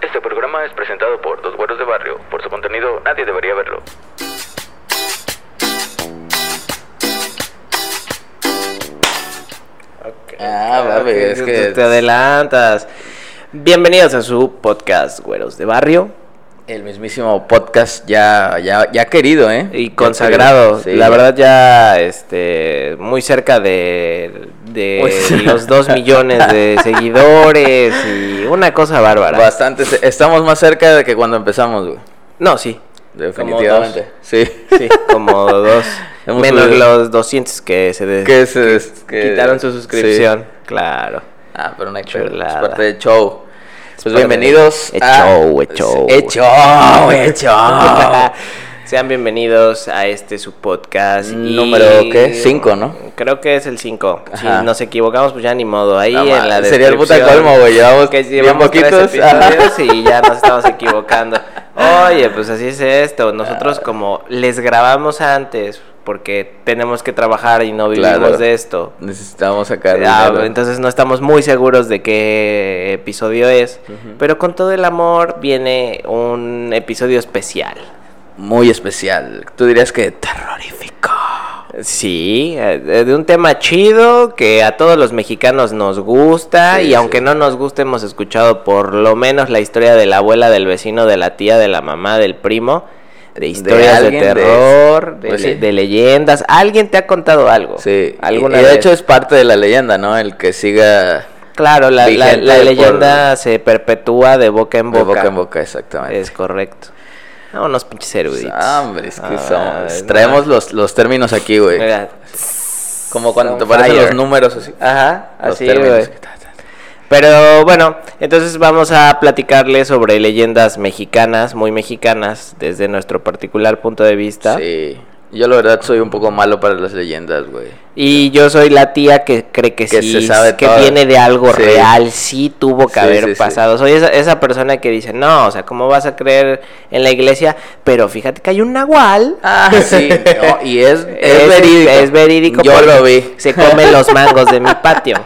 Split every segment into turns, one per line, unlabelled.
Este programa es presentado por Dos Güeros de Barrio. Por su contenido, nadie debería verlo.
Ah,
Ah,
papi,
ok,
es
tú-
que
tú te adelantas. Bienvenidos a su podcast, Güeros de Barrio.
el mismísimo podcast ya, ya, ya querido, ¿eh?
Y
Ya
consagrado,
querido, sí.
la verdad ya este muy cerca de, de
Pues-
los dos millones de seguidores y una cosa bárbara.
Bastante, se- estamos más cerca de que cuando empezamos, güey.
No, sí,
Definitivamente.
dos.
Sí.
sí, como dos,
Hemos
menos
subido.
los 200 que se de-
Que se des- que-
quitaron su
sí.
suscripción, claro.
Ah, pero no hay pedo,
Chulada.
Es parte del show. Pues
parte
bienvenidos
del-
a...
el show, el show.
El show, Oh, el show.
Sean bienvenidos a este su podcast. y-
Número, ¿qué? Cinco, ¿no?
Creo que es el 5. Si
Ajá.
nos equivocamos, pues ya ni modo. Ahí
No,
en la
ma, sería el puta
descripción,
colmo, güey, llevamos
que
bien
llevamos tres
poquitos, ajá.
episodios y ya nos estamos equivocando. Oye, pues así es esto. Nosotros,
Ah.
como les grabamos antes, porque tenemos que trabajar y no vivimos
Claro.
de esto.
Necesitamos sacar
Ah,
dinero.
entonces no estamos muy seguros de qué episodio es, pero con todo el amor viene un episodio especial.
Muy especial. Tú dirías que terrorífico.
Sí, eh, de un tema chido que a todos los mexicanos nos gusta
Sí,
y
sí.
aunque no nos guste hemos escuchado por lo menos la historia de la abuela, del vecino, de la tía, de la mamá, del primo, de historias de,
alguien de-
terror, de,
Pues
le-
sí.
de leyendas. ¿Alguien te ha contado algo?
Sí.
¿Alguna
y, y de
vez?
hecho es parte de la leyenda, ¿no? El que siga
Claro, la, la-
vigente
la
por-
leyenda se perpetúa de boca en
de
boca.
boca en boca, exactamente.
Es correcto. No, unos pinches eruditos.
Ah, Hombre, es que
Ah,
somos.
no.
Traemos los, los términos aquí, güey.
Mira,
Como cuando te
son
aparecen
fire.
los números así.
Ajá,
Los
así,
términos.
güey. Pero bueno, entonces vamos a platicarles sobre leyendas mexicanas, muy mexicanas, desde nuestro particular punto de vista.
Sí. Yo la verdad soy un poco malo para las leyendas, güey.
Y yo soy la tía que cree que,
Que
sí,
se sabe
que
todo.
viene de algo
Sí.
real, sí tuvo que
Sí,
haber
sí, sí.
pasado. Soy esa, esa persona que dice, no, o sea, ¿cómo vas a creer en la iglesia? Pero fíjate que hay un nahual.
Ah, sí. no, y es, es,
Es-
verídico.
es verídico
Yo
porque
lo vi.
Se come los mangos de mi patio.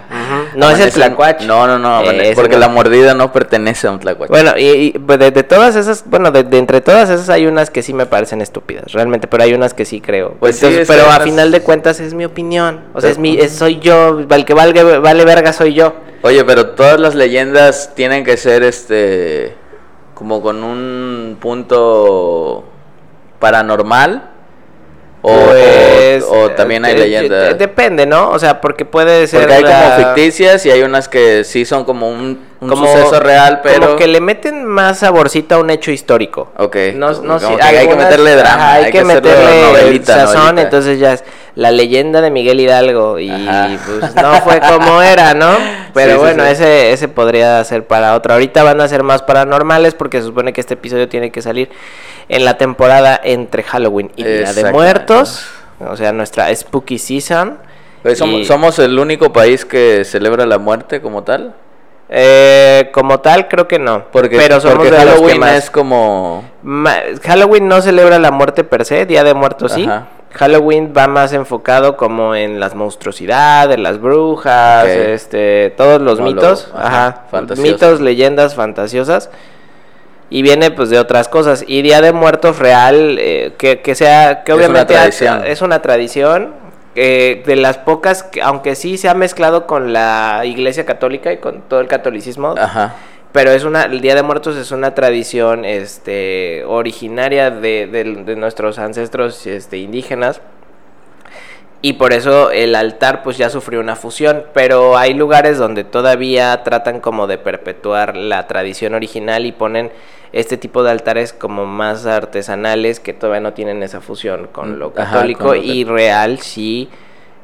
No es el
Amanece-
tlacuache.
No, no, no.
Eh,
amane-
ese
porque
no.
la mordida no pertenece a un tlacuache.
Bueno, y, y, pues, de, de todas esas, bueno, de, de entre todas esas hay unas que sí me parecen estúpidas, realmente, pero hay unas que sí creo.
Pues sí, es que
pero a
las-
final de cuentas es mi opinión, o sea, es mi, es- soy yo, el que valga, vale verga soy yo.
Oye, pero todas las leyendas tienen que ser este como con un punto paranormal o, o-
Pues,
o, también hay
eh, eh,
leyendas.
Depende, ¿no? O sea, porque puede ser
Porque hay
la-
como ficticias y hay unas que sí son como un, un
como-
suceso real, pero
Como que le meten más saborcito a un hecho histórico.
Ok.
No, no sé,
Como que hay que
algunas-
meterle drama,
ajá, hay, que,
hacerlo
meterle
novelita,
sazón,
novelita.
entonces ya es la leyenda de Miguel Hidalgo y
Ajá.
pues no fue como era, ¿no? Pero
Sí, sí,
bueno,
sí.
ese ese podría ser para otro. Ahorita van a ser más paranormales porque se supone que este episodio tiene que salir en la temporada entre Halloween y Día de
Exactamente.
Muertos, o sea, nuestra spooky season.
Pues somos,
Y,
somos el único país que celebra la muerte como tal.
eh, como tal creo que no,
Porque,
pero somos
porque
de los que
Halloween
más-
es como
Ma- Halloween no celebra la muerte per se, Día de Muertos sí.
Ajá.
Halloween va más enfocado como en las monstruosidades, las brujas,
Ok.
este, todos los
Como lo-
mitos,
ajá,
ajá,
fantasioso.
mitos, leyendas fantasiosas. Y viene pues de otras cosas. Y Día de Muertos real, eh, que, que sea, que
Es una
obviamente ha-
tradición.
es una tradición, eh, de las pocas, que- aunque sí se ha mezclado con la Iglesia Católica y con todo el catolicismo,
ajá.
pero es una, el Día de Muertos es una tradición este, originaria de, de- de nuestros ancestros este, indígenas. Y por eso el altar pues ya sufrió una fusión. Pero hay lugares donde todavía tratan como de perpetuar la tradición original y ponen este tipo de altares como más artesanales que todavía no tienen esa fusión con lo
Mm, Ajá, con
católico
lo
y real sí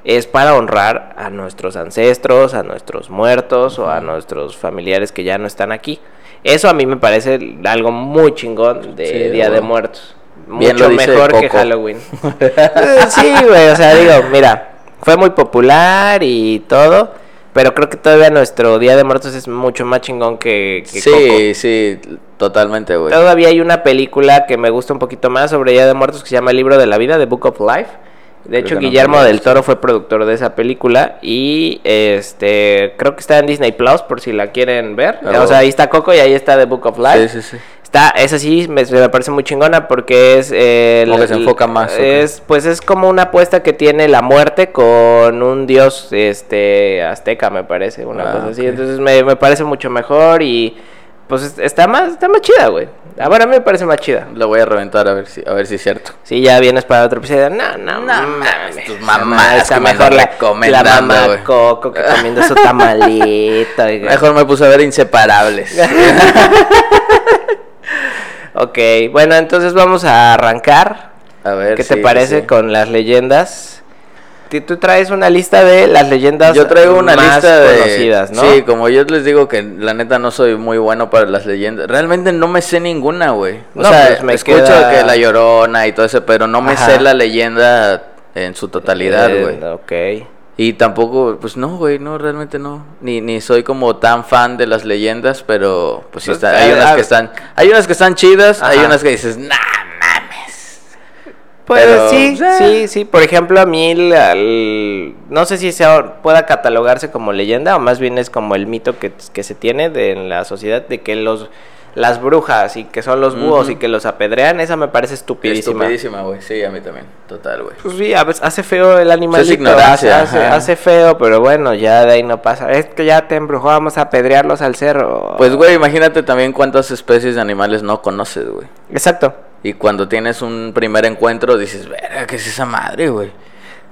es para honrar a nuestros ancestros, a nuestros muertos o a nuestros familiares que ya no están aquí. Eso a mí me parece algo muy chingón de
Sí,
Día de
bueno.
Muertos.
Bien
Mucho
lo dice
mejor que
Coco.
Halloween. Eh, sí, güey, o sea, digo, mira, fue muy popular y todo, pero creo que todavía nuestro Día de Muertos es mucho más chingón que, que
Sí,
Coco.
sí, totalmente, güey.
Todavía hay una película que me gusta un poquito más sobre Día de Muertos que se llama El libro de la vida, The Book of Life, De hecho,
que no
Guillermo
lo he
del Toro fue productor de esa película y este creo que está en Disney Plus por si la quieren ver.
Ah,
O sea, ahí está Coco y ahí está The Book of Life.
Sí, sí, sí.
Está, esa sí me, me parece muy chingona porque es... eh,
Como
la-
que se enfoca más, ok.
Es, Pues es como una apuesta que tiene la muerte con un dios este azteca, me parece, una
Ah,
cosa así.
ok.
Entonces me, me parece mucho mejor y pues es- está más, está más chida, güey. Ahora a mí me parece más chida.
Lo voy a reventar a ver si, a ver si es cierto.
Si ya vienes para otro episodio, no, no,
mames, tus mamadas
Está
que me
mejor
andan
la, la
recomendando,
mamá
güey.
Coco que comiendo su tamalito. oiga.
Mejor me puse a ver Inseparables.
Ok, bueno, entonces vamos a arrancar.
A ver.
¿Qué
sí,
te
sí,
parece
sí.
con las leyendas? Ti- Tú traes una lista de las leyendas
Yo traigo una
más
lista de
conocidas, ¿no?
Sí, como yo les digo que la neta no soy muy bueno para las leyendas. Realmente no me sé ninguna, güey. O
No,
sea,
pues me
escucho
queda-
que la Llorona y todo eso, pero no me
Ajá.
sé la leyenda en su totalidad,
Eh,
güey.
ok.
Y tampoco, pues no, güey, no, realmente no. Ni, ni soy como tan fan de las leyendas, pero pues sí
Pues,
está- hay
eh,
unas
ah,
que están, hay unas que están chidas, hay
Ajá.
unas que dices, nah mames.
Pues
Pero,
sí,
pues,
sí, sí. Por ejemplo, a mí, la- el- no sé si sea, pueda catalogarse como leyenda o más bien es como el mito que, que se tiene de, en la sociedad de que los las brujas y que son los búhos
Ujú.
y que los apedrean, esa me parece estupidísima.
Estupidísima, güey. Sí, a mí también. Total, güey.
Pues sí, a veces hace feo el animalito.
ignorancia,
hace, hace-
ajá.
hace feo, pero bueno, ya de ahí no pasa. Es que ya te embrujó, vamos a apedrearlos al cerro.
Pues, güey, imagínate también cuántas especies de animales no conoces, güey.
Exacto.
Y cuando tienes un primer encuentro dices, verga, ¿qué es esa madre, güey?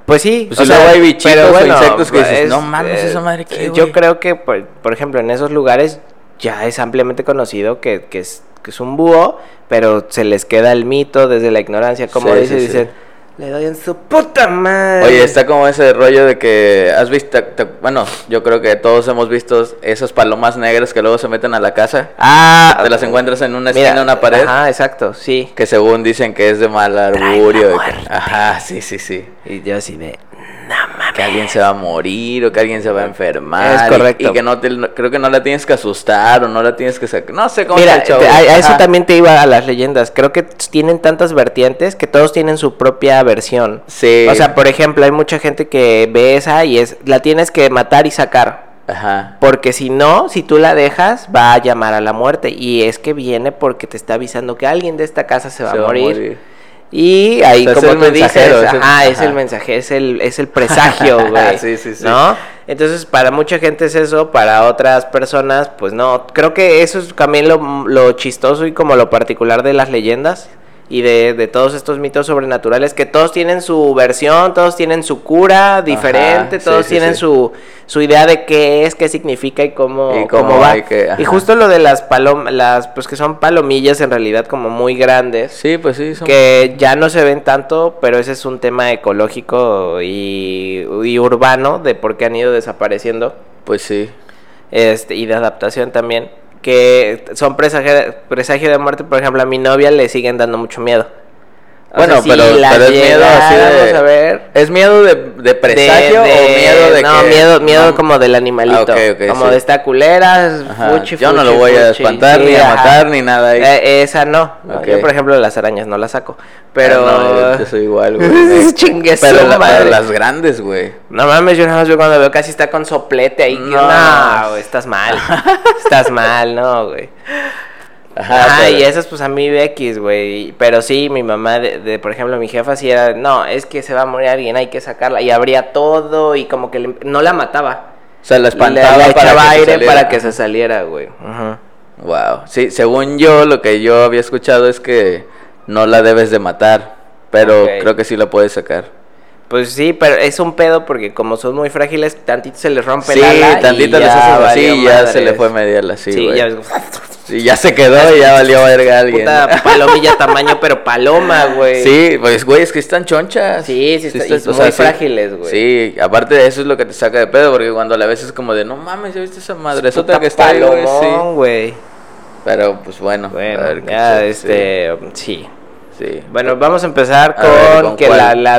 Pues sí,
Pues luego hay bichitos o insectos que dices, "No mames,
eh,
esa madre qué, güey".
Yo creo que, por, por ejemplo, en esos lugares ya es ampliamente conocido que, que es, que es un búho, pero se les queda el mito desde la ignorancia, como
Sí,
dice,
sí, sí.
dicen, le doy en su puta madre.
Oye, está como ese rollo de que has visto, te- bueno, yo creo que todos hemos visto esas palomas negras que luego se meten a la casa.
Ah,
Te las encuentras en una
mira,
esquina, en una pared,
Ajá, exacto, sí.
que según dicen que es de mal augurio. de que- ajá, sí, sí, sí.
Y yo así de,
Que alguien se va a morir o que alguien se va a enfermar.
Es
y-
correcto.
Y, que no te, no- creo que no la tienes que asustar o no la tienes que sacar. No sé cómo
Mira,
está el show,
te- a,
güey.
a eso
Ajá.
también te iba a las leyendas. Creo que t- tienen tantas vertientes que todos tienen su propia versión.
Sí.
O sea, por ejemplo, hay mucha gente que ve esa y es la tienes que matar y sacar.
Ajá.
Porque si no, si tú la dejas, va a llamar a la muerte. Y es que viene porque te está avisando que alguien de esta casa se va, a, morir. Y ahí,
O sea, es
como
el
tú dices,
mensajero, es el-
ajá, es el
ajá.
mensaje, es el, es el presagio, güey.
Sí, sí, sí.
¿No? Entonces, para mucha gente es eso, para otras personas, pues no. Creo que eso es también lo, lo chistoso y como lo particular de las leyendas y de, de todos estos mitos sobrenaturales, que todos tienen su versión, todos tienen su cura diferente,
sí,
todos
sí,
tienen
sí.
Su, su idea de qué es, qué significa y cómo,
Y
cómo,
cómo
va.
hay que-
y
ajá.
justo lo de las palomas, las, pues que son palomillas en realidad como muy grandes
Sí, pues sí. son-
que ya no se ven tanto, pero ese es un tema ecológico y, y urbano de por qué han ido desapareciendo
Pues sí.
este, y de adaptación también, que son presagio, presagio de muerte, por ejemplo, a mi novia le siguen dando mucho miedo. O
Bueno,
sea, si
pero-
la
pero es miedo así de-
llegáramos a ver...
¿Es miedo de, de presagio
de-
o
de-
miedo de
no,
que-
miedo, miedo
no-
como del animalito.
Ah, ok, ok,
como
sí.
de esta culera,
Ajá,
fuchi,
Yo no
fuchi,
lo voy a
fuchi.
espantar,
Sí,
ni a
ajá.
matar, ni nada ahí.
Eh, esa no. no,
Ok.
Yo, por ejemplo, las arañas no las saco. Pero.
Ah, no, yo- yo soy igual, güey.
Chingue su
pero, la- pero
madre.
las grandes, güey.
No mames, yo nada más yo cuando veo casi está con soplete ahí. que-
No.
No, güey, estás mal. estás mal, no, güey.
Ajá.
Ajá,
Ah, pero-
y esas pues a mí X, güey. Pero sí, mi mamá, de, de, por ejemplo, mi jefa sí era, no, es que se va a morir alguien, hay que sacarla. Y abría todo y como que le- no la mataba.
O sea, la espantaba
Le- le
para
echaba
que se
aire
saliera.
para que se saliera, güey. Ajá.
Wow. Sí, según yo, lo que yo había escuchado es que no la debes de matar, pero
Ok.
creo que sí la puedes sacar.
Pues sí, pero es un pedo porque como son muy frágiles, tantito se les rompe
Sí,
el ala y
tantito les
ya
haces así
valió
y ya se
madres.
le fue media ala, sí,
Sí,
güey.
ya
Sí, ya se quedó y ya valió verga a alguien.
puta palomilla tamaño, pero paloma, güey.
Sí, pues güey, es que están chonchas.
Sí, sí, está- y
están- o
muy
sí.
frágiles, güey.
Sí, aparte de eso es lo que te saca de pedo, porque cuando la ves es como de, no mames, ya viste esa madresota
Puta
que está ahí, güey,
palomón,
sí.
güey.
Pero pues bueno,
Bueno,
a ver qué
ya,
tal,
este, sí.
Sí. sí.
Bueno, vamos a empezar
A
con,
ver, ¿con
que
cuál?
la, la,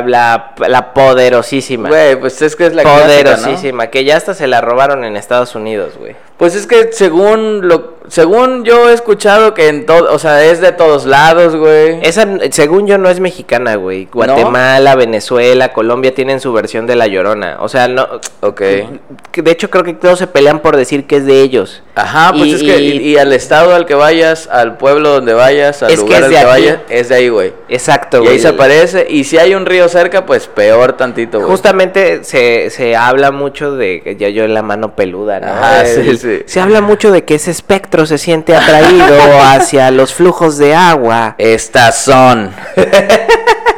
la, la poderosísima.
Güey, pues es que es la clásica, ¿no?
poderosísima, que ya hasta se la robaron en Estados Unidos, güey.
Pues es que según lo Según yo he escuchado que en todo, o sea, es de todos lados, güey.
Esa, según yo, no es mexicana, güey. Guatemala, Venezuela, Colombia tienen su versión de La Llorona. O sea, no...
Ok.
De hecho, creo que todos se pelean por decir que es de ellos.
Ajá, pues
Y-
es que y, y al estado al que vayas, al pueblo donde vayas, al
Es que
lugar
es
al
de
que
aquí.
vayas, es de ahí, güey.
Exacto,
Y
güey.
ahí se aparece. Y si hay un río cerca, pues peor tantito, güey.
Justamente se, se habla mucho de que ya yo en la mano peluda, ¿no?
Ajá, sí,
El-
sí.
Se habla mucho de que ese espectro se siente atraído hacia los flujos de agua.
Estas son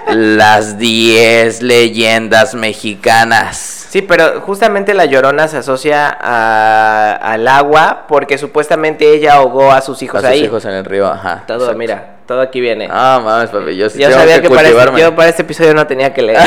las 10 leyendas mexicanas.
Sí, pero justamente la llorona se asocia a- al agua porque supuestamente ella ahogó a sus hijos
a sus
ahí.
hijos en el río, ajá.
Todo,
exacto.
mira, todo aquí viene.
Ah, mames, papi, yo sí
yo
tengo
sabía que, para este,
cultivarme.
yo para este episodio no tenía que leer.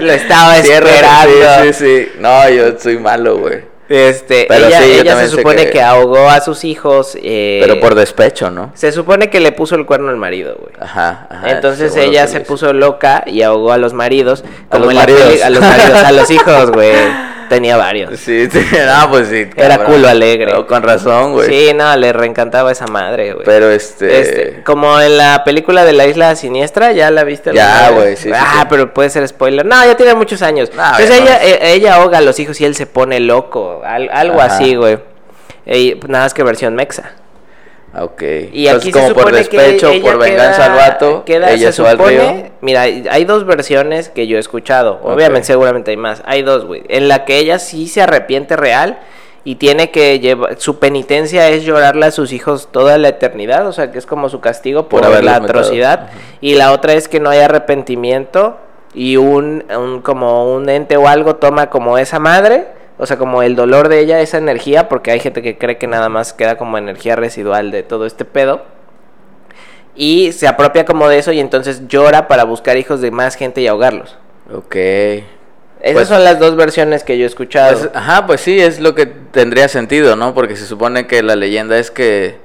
Lo estaba
Cierra,
esperando.
Sí, sí, sí. No, yo soy malo, güey.
Este,
Pero
ella,
sí, yo
ella se
también sé
supone
que-
que... ahogó a sus hijos. eh,
Pero por despecho, ¿no?
Se supone que le puso el cuerno al marido, güey.
Ajá, ajá.
Entonces
seguro
ella
que
se
lo hizo.
puso loca y ahogó a los maridos.
A los
en la peli-
maridos.
a los maridos, a los hijos, güey. Tenía varios.
Sí, sí, no, pues sí.
Era culo alegre.
No, con razón, güey.
Sí, no, le reencantaba esa madre, güey.
Pero este...
Este, como en la película de la isla siniestra, ya la viste.
Ya,
alguna vez?
güey, sí, sí,
Ah,
sí.
pero puede ser spoiler. No, ya tiene muchos años.
No,
Entonces
ya no
ella,
es-
e- ella ahoga a los hijos y él se pone loco. al- algo
Ajá.
así, güey. Ey, pues, nada más que versión mexa.
Ah, Ok.
Y
Entonces,
aquí se
como por
supone que
despecho,
ella
por venganza
queda-
al vato,
queda-
ella
se
se va al
supone-
río.
Mira, hay hay dos versiones que yo he escuchado. Obviamente,
Ok.
seguramente hay más. Hay dos, güey. En la que ella sí se arrepiente real y tiene que llevar. Su penitencia es llorarle a sus hijos toda la eternidad. O sea, que es como su castigo
Por
por,
haberlos
la
matado.
atrocidad. Y la otra es que no hay arrepentimiento y un, un- como un ente o algo toma como esa madre. O sea, como el dolor de ella, esa energía, porque hay gente que cree que nada más queda como energía residual de todo este pedo. Y se apropia como de eso y entonces llora para buscar hijos de más gente y ahogarlos.
Ok.
Esas
Pues-
son las dos versiones que yo he escuchado.
Pues, ajá, pues sí, es lo que tendría sentido, ¿no? Porque se supone que la leyenda es que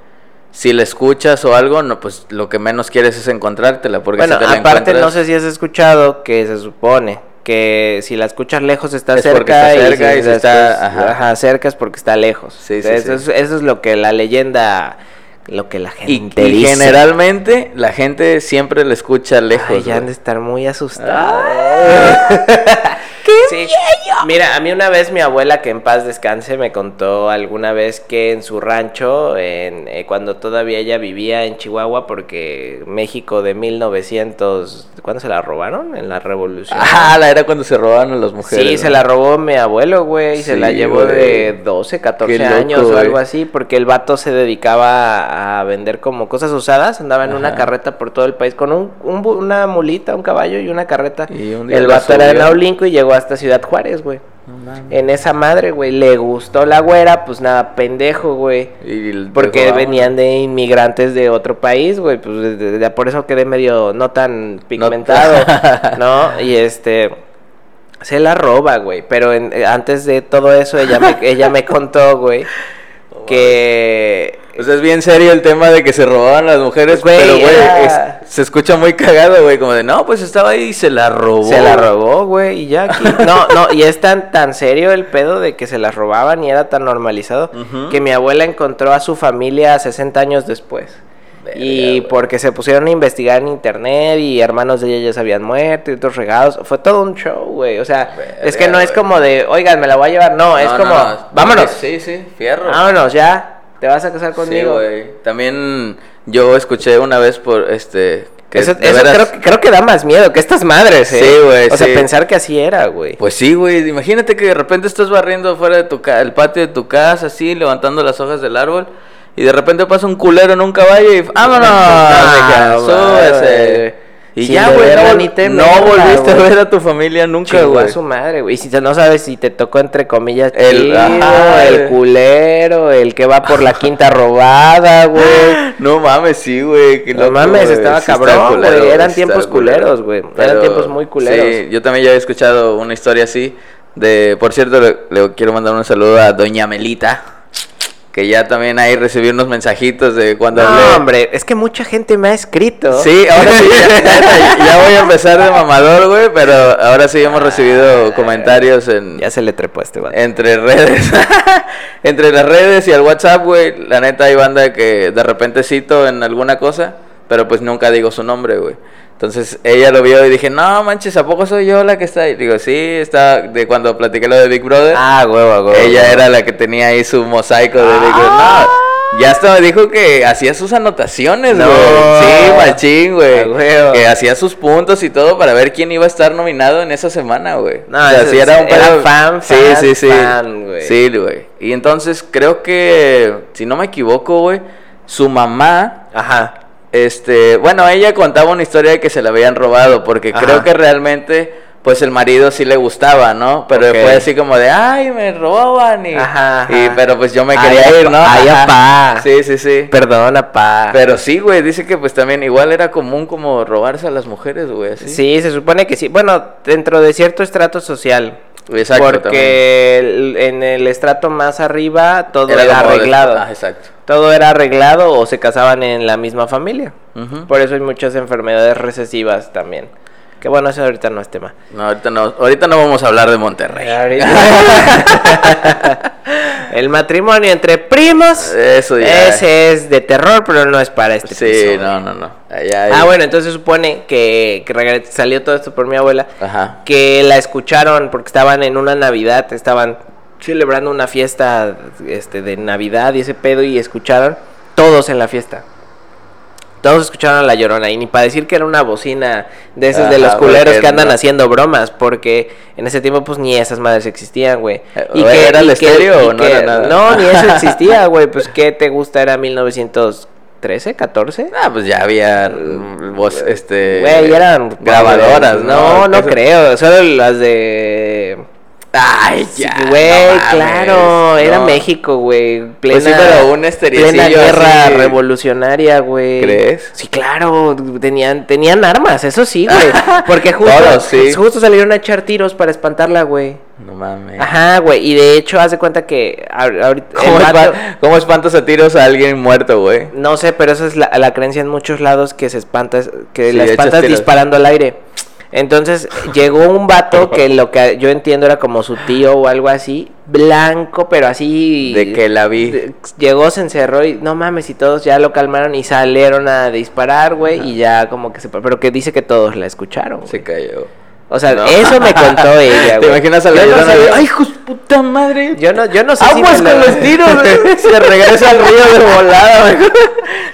si la escuchas o algo, no, pues lo que menos quieres es encontrártela, porque
bueno,
si te la
aparte no
encuentras,
sé si has escuchado que se supone que si la escuchas lejos está
Es porque
cerca,
está cerca
si
y si
la
está-
escuchas,
ajá.
ajá, cerca es porque está lejos.
Sí, sí,
Entonces,
sí.
Eso, es, eso es lo que la leyenda, lo que la
y,
gente
y
dice.
generalmente la gente siempre la escucha lejos.
Ay, ya han
güey.
de estar muy asustados. Sí. Mira, a mí una vez mi abuela, que en paz descanse, me contó alguna vez que en su rancho, en, eh, cuando todavía ella vivía en Chihuahua, porque México de 1900, ¿cuándo se la robaron? En la revolución.
Ah, la era cuando se robaron a las mujeres.
Sí, se
¿no?
la robó mi abuelo, güey, y se
Sí,
la llevó de
güey.
12, 14
Qué loco,
años o
güey.
algo así, porque el vato se dedicaba a vender como cosas usadas, andaba en una
Ajá.
carreta por todo el país con un, un bu- una mulita, un caballo y una carreta.
Y un día
el
la
vato era de
subió.
Naulinco y llegó hasta Ciudad Juárez, güey.
No mames.
En esa madre, güey, le gustó la güera, pues nada, pendejo, güey.
Y el-
Porque
dijo, "Vámonos".
venían de inmigrantes de otro país, güey, pues de- de- de- por eso quedé medio no tan pigmentado, ¿no? Y este se la roba, güey, pero en- eh, antes de todo eso ella me, ella me contó, güey, que
O sea, es bien serio el tema de que se robaban las mujeres,
Güey,
pero güey,
era-
es- se escucha muy cagado, güey, como de, no, pues estaba ahí y se la robó.
se la robó, güey, y ya aquí. No, no, y es tan tan serio el pedo de que se las robaban y era tan normalizado
Ujú.
que mi abuela encontró a su familia 60 años después.
Verga,
Y
güey.
porque se pusieron a investigar en internet y hermanos de ella ya se habían muerto y otros regados. Fue todo un show, güey. O sea,
Verga,
es que no es
güey.
como de, oigan, me la voy a llevar. No, es
No,
como,
no, no.
vámonos,
Sí, sí, fierro.
vámonos ya. Te vas a casar
Sí,
conmigo.
güey. También yo escuché una vez por este. que
eso
de
eso
veras-
creo, que- creo que da más miedo que estas madres, ¿eh?
Sí, güey,
O
sí.
sea, pensar que así era, güey.
Pues sí, güey. Imagínate que de repente estás barriendo fuera de tu ca- el patio de tu casa, así, levantando las hojas del árbol. Y de repente pasa un culero en un caballo y ¡vámonos!
Ah,
Dije, "Súbese".
güey.
Y
Sin
ya, güey, no,
beber
vol-
ni te
no
metas,
volviste a
güey.
ver a tu familia nunca,
Chingó a
güey.
su madre, güey. Y si te- no sabes si te tocó entre comillas
El-
el,
ajá,
el
güey.
culero, el que va por la quinta robada, güey.
No mames, sí, güey. qué
No
loco,
mames,
güey.
estaba
Sí está
cabrón, güey, eran
está
tiempos culeros, güey, eran tiempos muy culeros.
Sí, yo también ya he escuchado una historia así. De, por cierto, le, le quiero mandar un saludo a Doña Melita. que ya también ahí recibí unos mensajitos de cuando
No,
hablé.
hombre, es que mucha gente me ha escrito.
Sí, ahora sí, ya, ya- ya voy a empezar de mamador, güey, pero ahora sí hemos recibido comentarios en,
Ah, Ya se le trepó a este vato.
entre redes. entre las redes y el WhatsApp, güey. La neta hay banda que de repente cito en alguna cosa, pero pues nunca digo su nombre, güey. Entonces ella lo vio y dije, no manches, ¿a poco soy yo la que está ahí? Digo, sí, está de cuando platiqué lo de Big Brother.
Ah, huevo, huevo.
ella
huevo.
era la que tenía ahí su mosaico de Big Brother.
Ah.
No, ya hasta me dijo que hacía sus anotaciones,
No. Ah,
güey. Sí, machín,
A
güey.
huevo.
Que hacía sus puntos y todo para ver quién iba a estar nominado en esa semana, güey.
No,
O sea,
ese-
sí era un
era
pedo-
fan,
Sí,
fan,
sí, sí.
fan, güey.
Sí, güey. Y entonces creo que, si no me equivoco, güey, su mamá,
Ajá.
este, bueno, ella contaba una historia de que se la habían robado, porque
Ajá.
creo que realmente, pues el marido sí le gustaba, ¿no? Pero
Ok.
fue así como de, ay, me roban y,
Ajá, ajá.
y pero pues yo me
Ay,
quería
apa-
ir, ¿no?
ay,
Ajá.
apá.
Sí, sí, sí.
Perdona, pa.
Pero sí, güey, dice que pues también igual era común como robarse a las mujeres, güey, así.
Sí, se supone que sí. Bueno, dentro de cierto estrato social.
Exacto,
Porque el- en el estrato más arriba todo era,
como de-
arreglado.
Ah, exacto.
Todo era arreglado o se casaban en la misma familia.
Ujú.
Por eso hay muchas enfermedades recesivas también. Que bueno, eso ahorita no es tema.
No, ahorita no, ahorita no vamos a hablar de Monterrey.
Ah, el matrimonio entre primos.
Eso ya.
Ese es de terror, pero no es para este
Sí,
episodio.
no, no, no. Allá hay-
Ah, bueno, entonces supone que, que regre- salió todo esto por mi abuela.
Ajá.
que la escucharon porque estaban en una Navidad, estaban celebrando una fiesta este, de Navidad y ese pedo y escucharon todos en la fiesta. Todos escucharon a la llorona y ni para decir que era una bocina de esos de
Ajá,
los culeros
porque
que andan
no.
haciendo bromas, porque en ese tiempo pues ni esas madres existían, güey.
Eh, ¿era el estéreo o no era nada?
No, ni eso existía, güey. Pues qué te gusta era 1913, 14?
Ah, pues ya había mm, vos, este.
Güey, eran
grabadoras, ¿no?
No, no
Eso-
creo. Solo las de.
Ay,
Sí,
ya.
Güey,
no mames,
claro. Era
no.
México, güey. Plena,
Pues sí, pero un estereocillo
plena guerra
así.
revolucionaria, güey.
¿Crees?
Sí, claro. Tenían, tenían armas, eso sí, güey. Porque justo,
Todos, sí.
justo salieron a echar tiros para espantarla, güey.
No mames.
Ajá, güey. Y de hecho, haz de cuenta que ahor- ahorita. el
Eh. ¿Cómo,
vato-
espan- cómo espantas a tiros a alguien muerto, güey?
no sé, pero esa es la, la creencia en muchos lados que se espanta, que
Sí,
la
echas
espantas
tiros.
disparando al aire. Entonces llegó un vato que lo que yo entiendo era como su tío o algo así, blanco, pero así...
De que la vi.
de- Llegó, se encerró y no mames, y todos ya lo calmaron y salieron a disparar, güey, y ya como que se... Pero que dice que todos la escucharon. güey.
Se cayó.
O sea,
No.
eso me contó ella,
¿Te
güey.
imaginas a la
Yo no
llorona
sé-
de-
ay,
hijos puta madre!
Yo no, yo no sé si
¡Aguas
me
con
la-
los tiros! güey. Se regresa al río de volada, güey.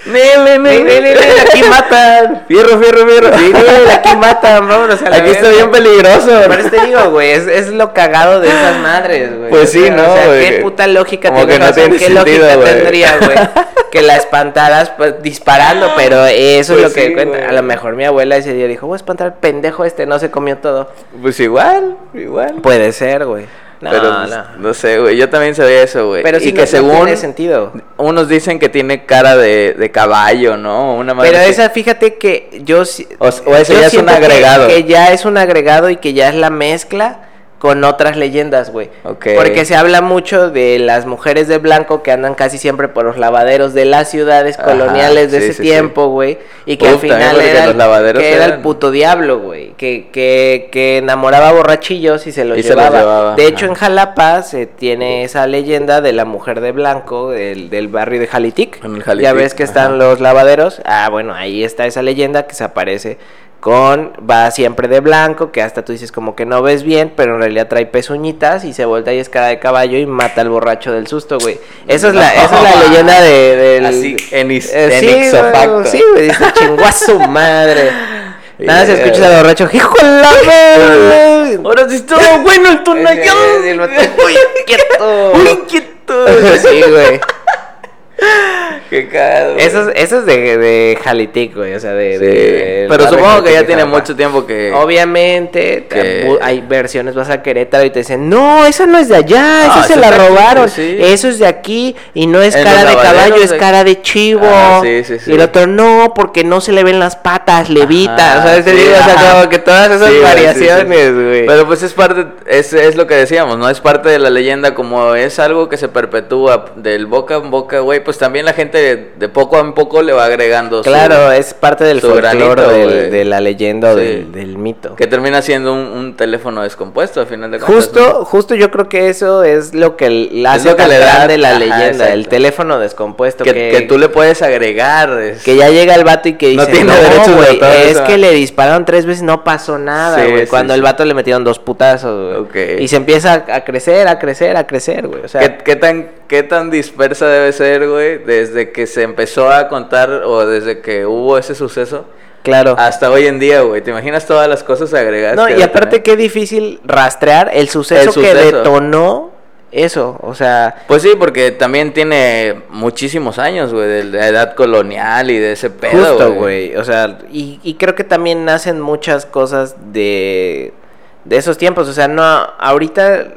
¡Nele,
Ven, ven, ven, ven, aquí matan.
¡Fierro, fierro, fierro!
Sí, güey, aquí matan, vámonos a la
Aquí está
verga.
bien peligroso.
Pero te digo, güey, es, es lo cagado de esas madres, güey.
Pues sí, ¿no,
O sea,
güey?
qué puta lógica
Como
tiene
que no
razón,
tiene
qué
sentido,
lógica
güey.
tendría, güey, que la espantaras pues, disparando, pero eso
Pues
es lo que
sí,
cuenta.
güey.
A lo mejor mi abuela ese día dijo, voy a espantar al pendejo este, no se comió todo.
Pues igual, igual.
Puede ser, güey. No,
pero pues, no.
no.
sé, güey. Yo también sabía eso, güey.
Pero
y
sí,
que
no- no
según
tiene sentido.
unos dicen que tiene cara de, de caballo, ¿no? Una madre
Pero
así.
esa, fíjate que yo... sí-
O s- o ese
yo
ya es un
siento que-
agregado.
Que, ya es un agregado y que ya es la mezcla con otras leyendas, güey.
Ok.
Porque se habla mucho de las mujeres de blanco que andan casi siempre por los lavaderos de las ciudades
Ajá,
coloniales de
sí,
ese
sí, sí.
tiempo, güey. Y que al
Uf, también
final
porque
era,
los lavaderos
que era el
eran-
puto diablo, güey. Que, que, que enamoraba borrachillos y se los
Y se los
llevaba.
llevaba,
De hecho,
ajá.
en Jalapa se tiene esa leyenda de la mujer de blanco del, del barrio de Jalitic.
En el
ya
Jalitic,
ves que
ajá.
están los lavaderos. Ah, bueno, ahí está esa leyenda que se aparece con va siempre de blanco, que hasta tú dices como que no ves bien, pero en realidad trae pezuñitas y se vuelta y es cara de caballo y mata al borracho del susto, güey. Esa es la, esa es la leyenda de, del...
Así, en is-
Eh,
en
sí, güey,
ixofacto.
Sí, güey, dice chinguazo madre. Nada, se
Yeah.
escucha al borracho, hijo de la madre".
Ahora sí estuvo bueno el
Ese-
tunayón.
Oh. el vato, "Uy, quieto".
Muy inquieto.
Sí, güey.
Qué cagado. güey.
Eso es, eso es de, de Jalitic, güey. O sea, de.
Sí.
de- del
Pero
barrio
supongo que
Jalitic
ya
de
tiene
Jalapa.
mucho tiempo que.
Obviamente,
que-
bu- hay versiones, vas a Querétaro y te dicen, no, esa no es de allá,
Ah,
esa se
esa
la
es de aquí,
robaron,
sí.
eso es de aquí y no es
En
cara
los
de caballo,
lavaderos
es
de-
cara de chivo.
Ah, sí, sí, sí.
Y el otro, no, porque no se le ven las patas, levita.
Ajá,
o sea, te
sí,
digo, o sea,
ajá.
como que todas esas
Sí, güey, sí, sí, sí.
variaciones, güey.
Pero pues es parte, es, es lo que decíamos, ¿no? Es parte de la leyenda, como es algo que se perpetúa del boca en boca, güey, pues también la gente de, de poco a poco le va agregando. pues, su-
Claro, es parte del
su
folclore,
granito,
del-
güey.
de la leyenda, o
Sí.
del, del mito.
que termina siendo un, un teléfono descompuesto, al final de cuentas.
Justo, justo yo creo que eso es lo que l- la
Es
hace
lo que
tan
le da-
grande la
ajá,
leyenda, el
exacto.
teléfono descompuesto
¿no? que, que tú le puedes agregar. es-
Que ya llega el vato y que dice,
No
no,
tiene derechos de
güey,
autor,
es
o sea".
que le dispararon tres veces, no pasó nada,
Sí,
güey.
sí,
Cuando
sí.
el vato le metieron dos putazos, güey.
Ok.
Y se empieza a, a crecer, a crecer, a crecer, güey. O sea,
¿Qué, qué tan, ¿Qué tan dispersa debe ser, güey, desde que se empezó a contar o desde que hubo ese suceso
claro.
hasta hoy en día, güey? ¿Te imaginas todas las cosas agregadas?
No,
que
y
Ah, debe
aparte
tener?
qué difícil rastrear el suceso,
El
que
suceso.
detonó eso. O sea,
Pues sí, porque también tiene muchísimos años, güey, de la edad colonial y de ese pedo,
justo, güey. O sea, y, y creo que también nacen muchas cosas de, de esos tiempos. O sea, no, ahorita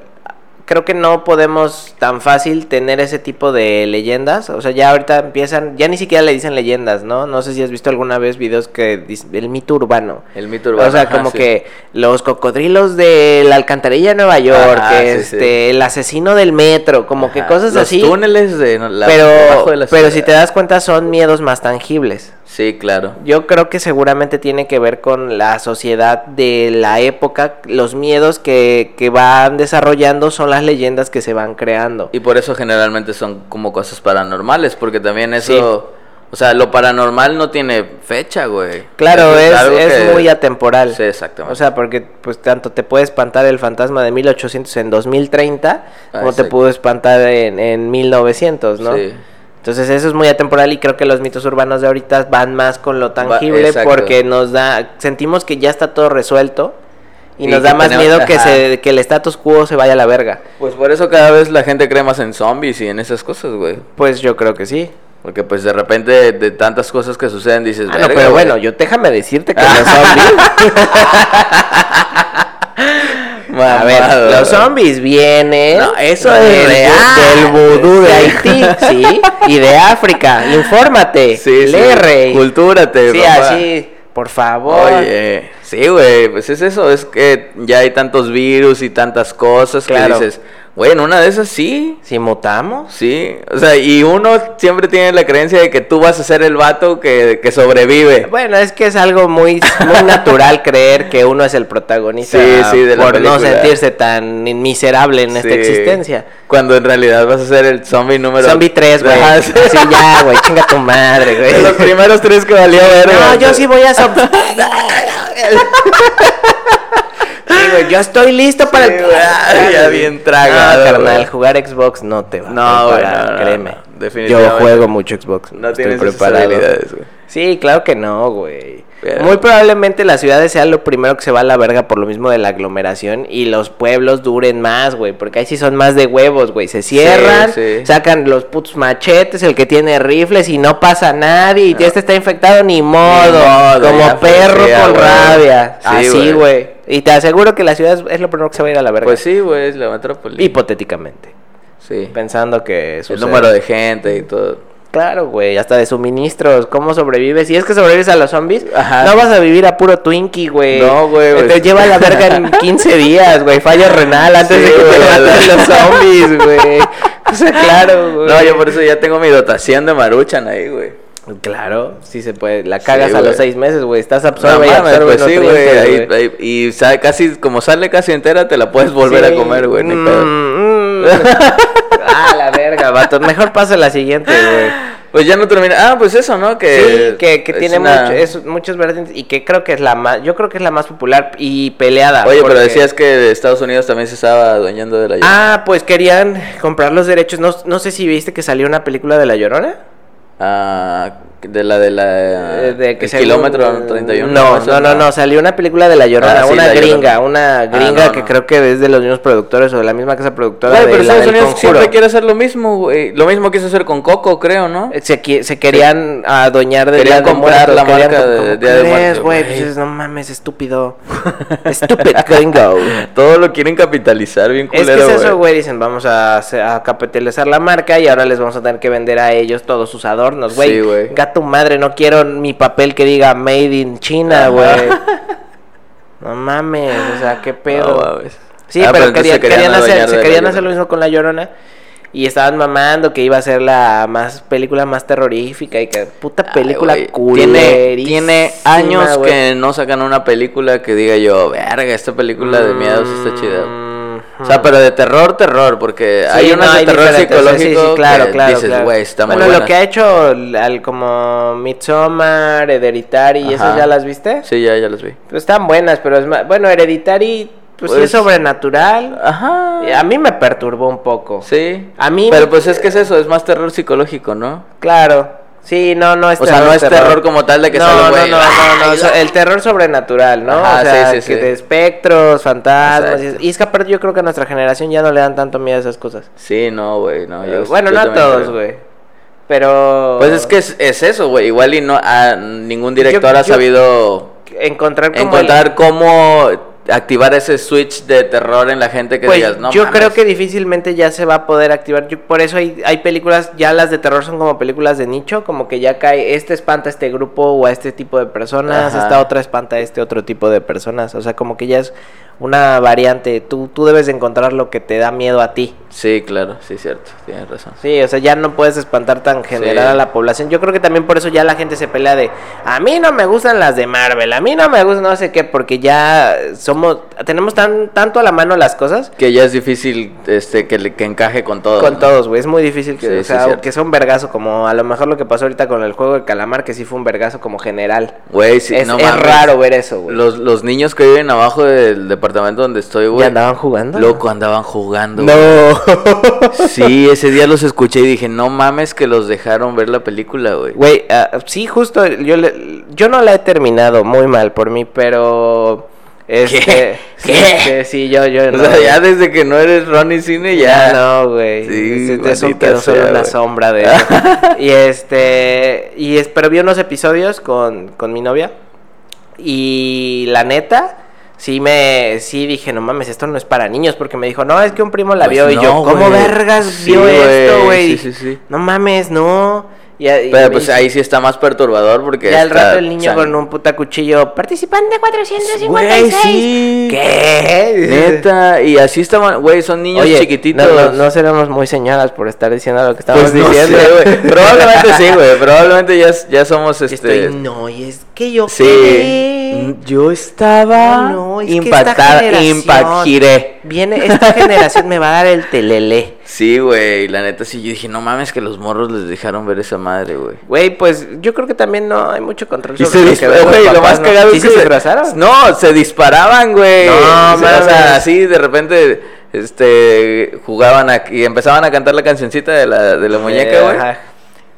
creo que no podemos tan fácil tener ese tipo de leyendas. O sea, ya ahorita empiezan, ya ni siquiera le dicen leyendas, ¿no? No sé si has visto alguna vez videos que dicen el mito urbano.
El mito urbano.
O sea,
ajá,
como
sí.
que los cocodrilos de la alcantarilla de Nueva York,
Ajá, sí,
este, el asesino del metro, como que
Ajá,
cosas
los
así.
túneles de no, la-
pero
debajo de la
pero
ciudad.
si te das cuenta son miedos más tangibles.
Sí, claro.
Yo creo que seguramente tiene que ver con la sociedad de la época, los miedos que, que van desarrollando son las leyendas que se van creando.
Y por eso generalmente son como cosas paranormales, porque también eso... O sea, lo paranormal no tiene fecha, güey.
Claro,
Eso
es,
algo
es
que-
muy atemporal.
Sí, exactamente.
O sea, porque pues tanto te puede espantar el fantasma de 1800 en 2030
Ah,
como te
exacto.
pudo espantar en, en 1900, pues, ¿no?
Sí.
Entonces eso es muy atemporal y creo que los mitos urbanos de ahorita van más con lo tangible
exacto.
porque nos da, sentimos que ya está todo resuelto y,
Y
nos
que
da más
tenemos-
miedo que,
ajá.
se, que el status quo se vaya a la verga.
Pues por eso cada vez la gente cree más en zombies y en esas cosas, güey.
Pues yo creo que sí.
Porque pues de repente de, de tantas cosas que suceden dices,
Ah, no,
"Verga,
pero
güey".
bueno, yo déjame decirte que los zombies... A ver,
Mamado,
los
güey.
zombies vienen.
No, eso
del,
es real.
Del vudú de Haití, ¿sí? Y de África. Infórmate.
Sí, sí.
lee, rey.
Cultúrate,
eh. Sí,
papá.
así. Por favor.
Oye, sí, güey, pues es eso, es que ya hay tantos virus y tantas cosas
Claro.
que dices, güey, en una de esas sí,
Si mutamos.
sí, o sea, y uno siempre tiene la creencia de que tú vas a ser el vato que, que sobrevive.
Bueno, es que es algo muy, muy natural creer que uno es el protagonista
Sí, sí, de la
por no
película.
sentirse tan miserable en esta
Sí.
existencia.
Cuando en realidad vas a ser el zombie número...
Zombie 3, güey.
Ajá,
Así
sí.
ya, güey. Chinga tu madre, güey.
De los primeros tres que valió ver.
No,
güey.
yo sí voy a som- Digo, yo estoy listo para Ah,
Sí, güey, ay, ya bien tragado,
No, carnal,
güey.
jugar Xbox no te va. a
No, güey,
preparar,
no, no,
créeme.
no,
yo
definitivamente.
juego mucho Xbox.
No
estoy
tienes esas
preparado.
habilidades, güey.
Sí, claro que no, güey.
Pero-
Muy probablemente las ciudades sean lo primero que se va a la verga por lo mismo de la aglomeración y los pueblos duren más, güey, porque ahí sí son más de huevos, güey. Se cierran,
sí.
sacan los putos machetes, el que tiene rifles y no pasa nadie y este está infectado ni modo modo,
Ah. modo,
como
ya, pues,
perro
sí, a
con
huevo.
rabia.
Sí,
Así,
güey.
güey. Y te aseguro que la ciudad es- es lo primero que se va a ir a la verga.
Pues sí, güey, es la metrópoli.
Hipotéticamente.
sí.
Pensando que
El
sucede.
número de gente y todo.
Claro, güey. Hasta de suministros. ¿Cómo sobrevives? Si es que sobrevives a los zombies,
Ajá.
no vas a vivir a puro Twinkie, güey.
No, güey, güey.
Te lleva a la verga en 15 días, güey. Fallo renal antes
Sí,
de que te
güey,
maten
la-
los zombies, güey. O sea, claro, güey.
No, yo por eso ya tengo mi dotación de maruchan ahí, güey.
Claro, sí se puede. La cagas a
güey.
los seis meses, güey. Estás
No
absorbe y
mames,
absorbe
pues sí, güey.
nutrientes,
ahí- ahí- Y sa- casi, como sale casi entera, te la puedes volver
Sí.
a comer, güey. ni
Mm,
pedo.
mm. ah, la verga, vato. Mejor pasa la siguiente, güey.
Pues ya no termina. Ah, pues eso, ¿no? Que,
Sí, que, que
es
tiene
una-
mucho- es- muchos vertientes y que creo que es la más, yo creo que es la más popular y peleada.
Oye, pero
ah, porque-
decías que Estados Unidos también se estaba adueñando de la llorona.
Ah, pues querían comprar los derechos. No, no sé si viste que salió una película de La Llorona.
Ah, De la de la.
Eh, de que
Ah, el
según-
kilómetro 31.
No, no,
Eso
no, no, salió una película de La Llorona,
Ah, sí,
una,
La
gringa,
Llorona.
una
Ah,
gringa,
no,
que
no.
creo que es de los mismos productores o de la misma casa productora
Güey,
de
pero
la
Estados
del
Unidos
Conjuro.
siempre quiere hacer lo mismo, güey. Lo mismo quiso hacer con Coco, creo, ¿no?
Eh, Se, qui- se querían adueñar de
Querían
Día de
comprar
Muertos,
la
querían
marca
co-
de
¿cómo
Día de
crees,
Muertos,
güey?
güey.
Pues dices, no mames, estúpido. Stupid gringo.
Todo lo quieren capitalizar bien
Es que
culero,
es
güey.
eso, güey, dicen, vamos a, hacer- a capitalizar la marca y ahora les vamos a tener que vender a ellos todos sus adornos, güey.
Sí, güey.
Gato madre, no quiero mi papel que diga Made in China,
Ajá.
güey. no mames, o sea, qué
No
pedo.
mames.
Sí,
Ah,
pero, querían,
entonces se
querían
adueñar
hacer, se
de la
querían hacer lo
Llorona.
mismo con La Llorona. Y estaban mamando que iba a ser la más película más terrorífica y que puta
Ay,
película
güey. Tiene,
culerísima,
tiene años
güey.
que no sacan una película que diga yo, verga, esta película de miedo sí está chida.
Mm,
O sea, pero de terror, terror, porque hay unas
no,
de terror
diferentes,
psicológico
sí, sí, claro,
que
claro,
dices,
claro.
güey, está muy
bueno,
buena.
lo que ha hecho al, como Midsommar, Hereditary,
Ajá.
¿esas ya las viste?
Sí, ya, ya las vi.
Pues están buenas, pero es más... Bueno, Hereditary, pues, sí
Pues-
es sobrenatural.
Ajá.
A mí me perturbó un poco.
Sí.
A mí-
Pero pues es que es eso, es más terror psicológico, ¿no?
Claro. Sí, no, no es
O sea, no es terror como tal de que
no,
sale un
no,
güey, "Ah,
no, no, no,
¡ay,
so-
la-
el terror sobrenatural, ¿no?
Ajá,
o sea,
sí, sí,
que
sí.
de espectros, fantasmas.
Exacto.
Y, y es que aparte yo creo que a nuestra generación ya no le dan tanto miedo a esas cosas.
Sí, no, güey, no. yo-
bueno,
yo
no a
también
todos,
creo.
güey. Pero.
Pues es que es, es eso, güey. Igual y no a ningún director
Yo-
ha
yo-
sabido
Encontrar como.
encontrar
el-
cómo activar ese switch de terror en la gente que
Pues,
digas, no
yo
mames".
creo que difícilmente ya se va a poder activar. Yo- por eso hay, hay películas, ya las de terror son como películas de nicho, como que ya cae, este espanta a este grupo o a este tipo de personas,
Ajá.
esta otra espanta a este otro tipo de personas. O sea, como que ya es una variante. Tú, tú debes de encontrar lo que te da miedo a ti.
Sí, claro, sí, cierto, tienes razón.
Sí, o sea, ya no puedes espantar tan general
Sí.
a la población. Yo creo que también por eso ya la gente se pelea de, a mí no me gustan las de Marvel, a mí no me gustan no sé qué, porque ya somos, tenemos tan, tanto a la mano las cosas
Que ya es difícil este que, le- que encaje con todo.
con
¿no?
todos, güey. Es muy difícil que,
Sí,
o
sí,
sea,
cierto.
que sea un vergazo, como a lo mejor lo que pasó ahorita con el juego de calamar, que sí fue un vergazo como general.
Güey, sí,
es
no
es
mames.
raro ver eso, güey.
Los, los niños que viven abajo del departamento donde estoy,
¿Ya
güey.
andaban jugando?
Loco, andaban jugando. güey.
No.
Sí, ese día los escuché y dije, no mames que los dejaron ver la película, güey.
Güey, ah, sí, justo, yo, le- yo no la he terminado muy mal por mí, pero... Este, sí,
¿Qué?
este, Sí, yo, yo
O
no.
sea, ya desde que no eres Ronnie Cine,
Ya
ya.
Ah, no, güey.
Sí,
Este- este, eso
maldita
quedó solo
sea,
una
güey.
sombra de eso. y este. Y es- pero vi unos episodios con, con mi novia. Y la neta. Sí me, sí dije, no mames, esto no es para niños, porque me dijo, no, es que un primo la
Pues
vio, y yo,
no,
¿cómo
güey.
vergas
Sí,
vio
güey,
esto, güey?
sí, sí, sí.
No mames, no. Y- y-
Pero
y-
pues ahí sí está más perturbador porque.
ya al
está
rato el niño
sangre.
con un puta cuchillo, participante 456.
Güey, sí.
¿Qué?
Neta, y así estaban, güey, son niños
Oye,
chiquititos.
No, no, no seremos muy señalas por estar diciendo lo que estamos
Pues no
diciendo.
sé, güey. Probablemente sí, güey. Probablemente ya, ya somos este.
Estoy, no, y es que yo
Sí.
qué.
Yo estaba
No, es que
impactada,
esta generación-
impactiré.
Viene, esta generación me va a dar el telele.
Sí, güey, la neta sí, yo dije, no mames que los morros les dejaron ver esa madre, güey.
Güey, pues yo creo que también no hay mucho control
Y
sobre
se
lo que ven
dispararon,
los
güey, lo
papás,
más
¿no?
cagado
¿Sí
es
se
que
disfrazaron?
No, se disparaban, güey.
No,
o sea, o
mames.
sea, así de repente este jugaban a- y empezaban a cantar la cancioncita de la, de la muñeca, güey.
Eh, Ajá.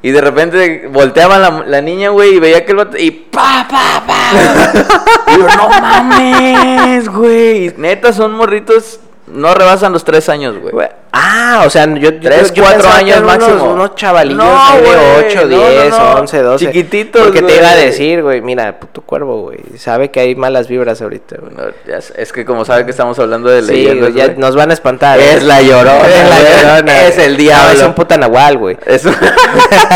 Y de repente volteaba la, la niña, güey, y veía que el vato. Y pa, pa, pa. Y yo, no mames, güey. Neta, son morritos. No rebasan los tres años, güey.
Güey, Ah, o sea, yo, yo
Pues, Tres,
yo
cuatro
pensaba que
años
eran unos-
máximo.
Unos, chavalillos
No,
ahí
güey,
de 8,
no,
10,
no, no.
11, 12.
Chiquititos,
Porque te iba a
güey.
decir, güey, mira, puto cuervo, güey. Sabe que hay malas vibras ahorita, güey.
No, ya sé, es que como saben que estamos hablando de
Sí,
leyendas,
güey, ya
güey.
nos van a espantar.
Es
güey.
la llorona,
Es la
güey.
llorona.
Es
güey.
el diablo.
No, es un puta nahual, güey.
Es-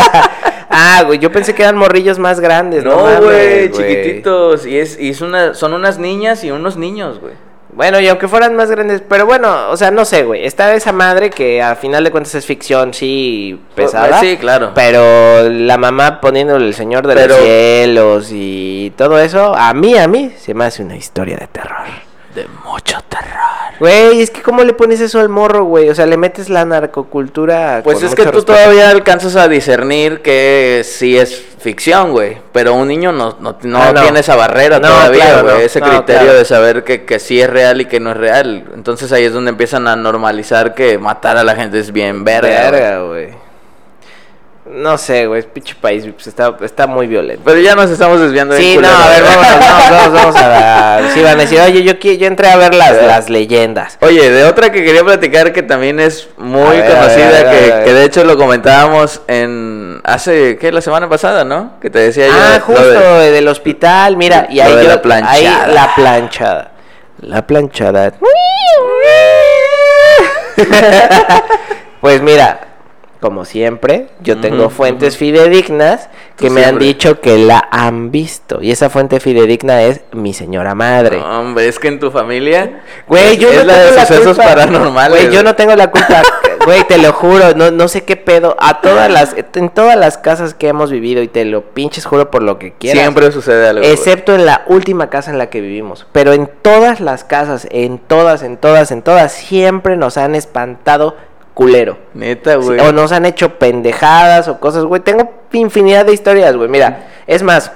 ah, güey, yo pensé que eran morrillos más grandes. No,
no,
mames,
güey, chiquititos. Y, es, y es una, son unas niñas y unos niños, güey.
Bueno, y aunque fueran más grandes, pero bueno, o sea, no sé, güey. Está esa madre que a final de cuentas es ficción, sí, pesada.
Pues, Sí, claro.
Pero la mamá poniéndole el Señor de
Pero-
los Cielos y todo eso, a mí, a mí, se me hace una historia de terror.
De mucho terror.
Güey, es que ¿cómo le pones eso al morro, güey? O sea, le metes la narcocultura.
Pues
con
es que tú
mucho respeto.
todavía alcanzas a discernir que sí es ficción, güey. Pero un niño no, no, no
Ah, no.
tiene esa barrera
No,
todavía,
claro,
güey.
no.
Ese
No,
criterio
claro.
de saber que, que sí es real y que no es real. Entonces ahí es donde empiezan a normalizar que matar a la gente es bien verga. güey.
Verga, güey. No sé, güey, pinche país, pues, está, está muy violento.
Pero ya nos estamos desviando. bien
Sí, no,
culero,
a ver,
güey.
vamos, vamos, vamos, vamos a ver. Sí, van a decir, oye, yo, qui- yo entré a ver las, las leyendas.
Oye, de otra que quería platicar que también es muy
A ver, a
conocida,
ver, a ver,
que,
a ver.
que de hecho lo comentábamos en hace, ¿qué? La semana pasada, ¿no? Que te decía yo.
Ah,
lo
justo,
de-
eh, del hospital, mira, y
lo
ahí
de
yo-
la planchada.
ahí la planchada. La planchada. pues mira, como siempre, yo tengo
Ujú,
fuentes fidedignas que
Tú
me han
siempre.
dicho que la han visto. Y esa fuente fidedigna es mi señora madre.
No, hombre, es que en tu familia.
Güey, yo
es
no
la
tengo
de
la
sucesos
culpa.
paranormales.
Güey, yo no tengo la culpa. Güey, te lo juro, no, no sé qué pedo. A todas las, en todas las casas que hemos vivido, y te lo pinches juro por lo que quieras.
Siempre sucede algo. güey.
Excepto en la última casa en la que vivimos. Pero en todas las casas, en todas, en todas, en todas, siempre nos han espantado culero.
Neta,
Sí,
güey.
o nos han hecho pendejadas o cosas, güey. Tengo infinidad de historias, güey. Mira, es más,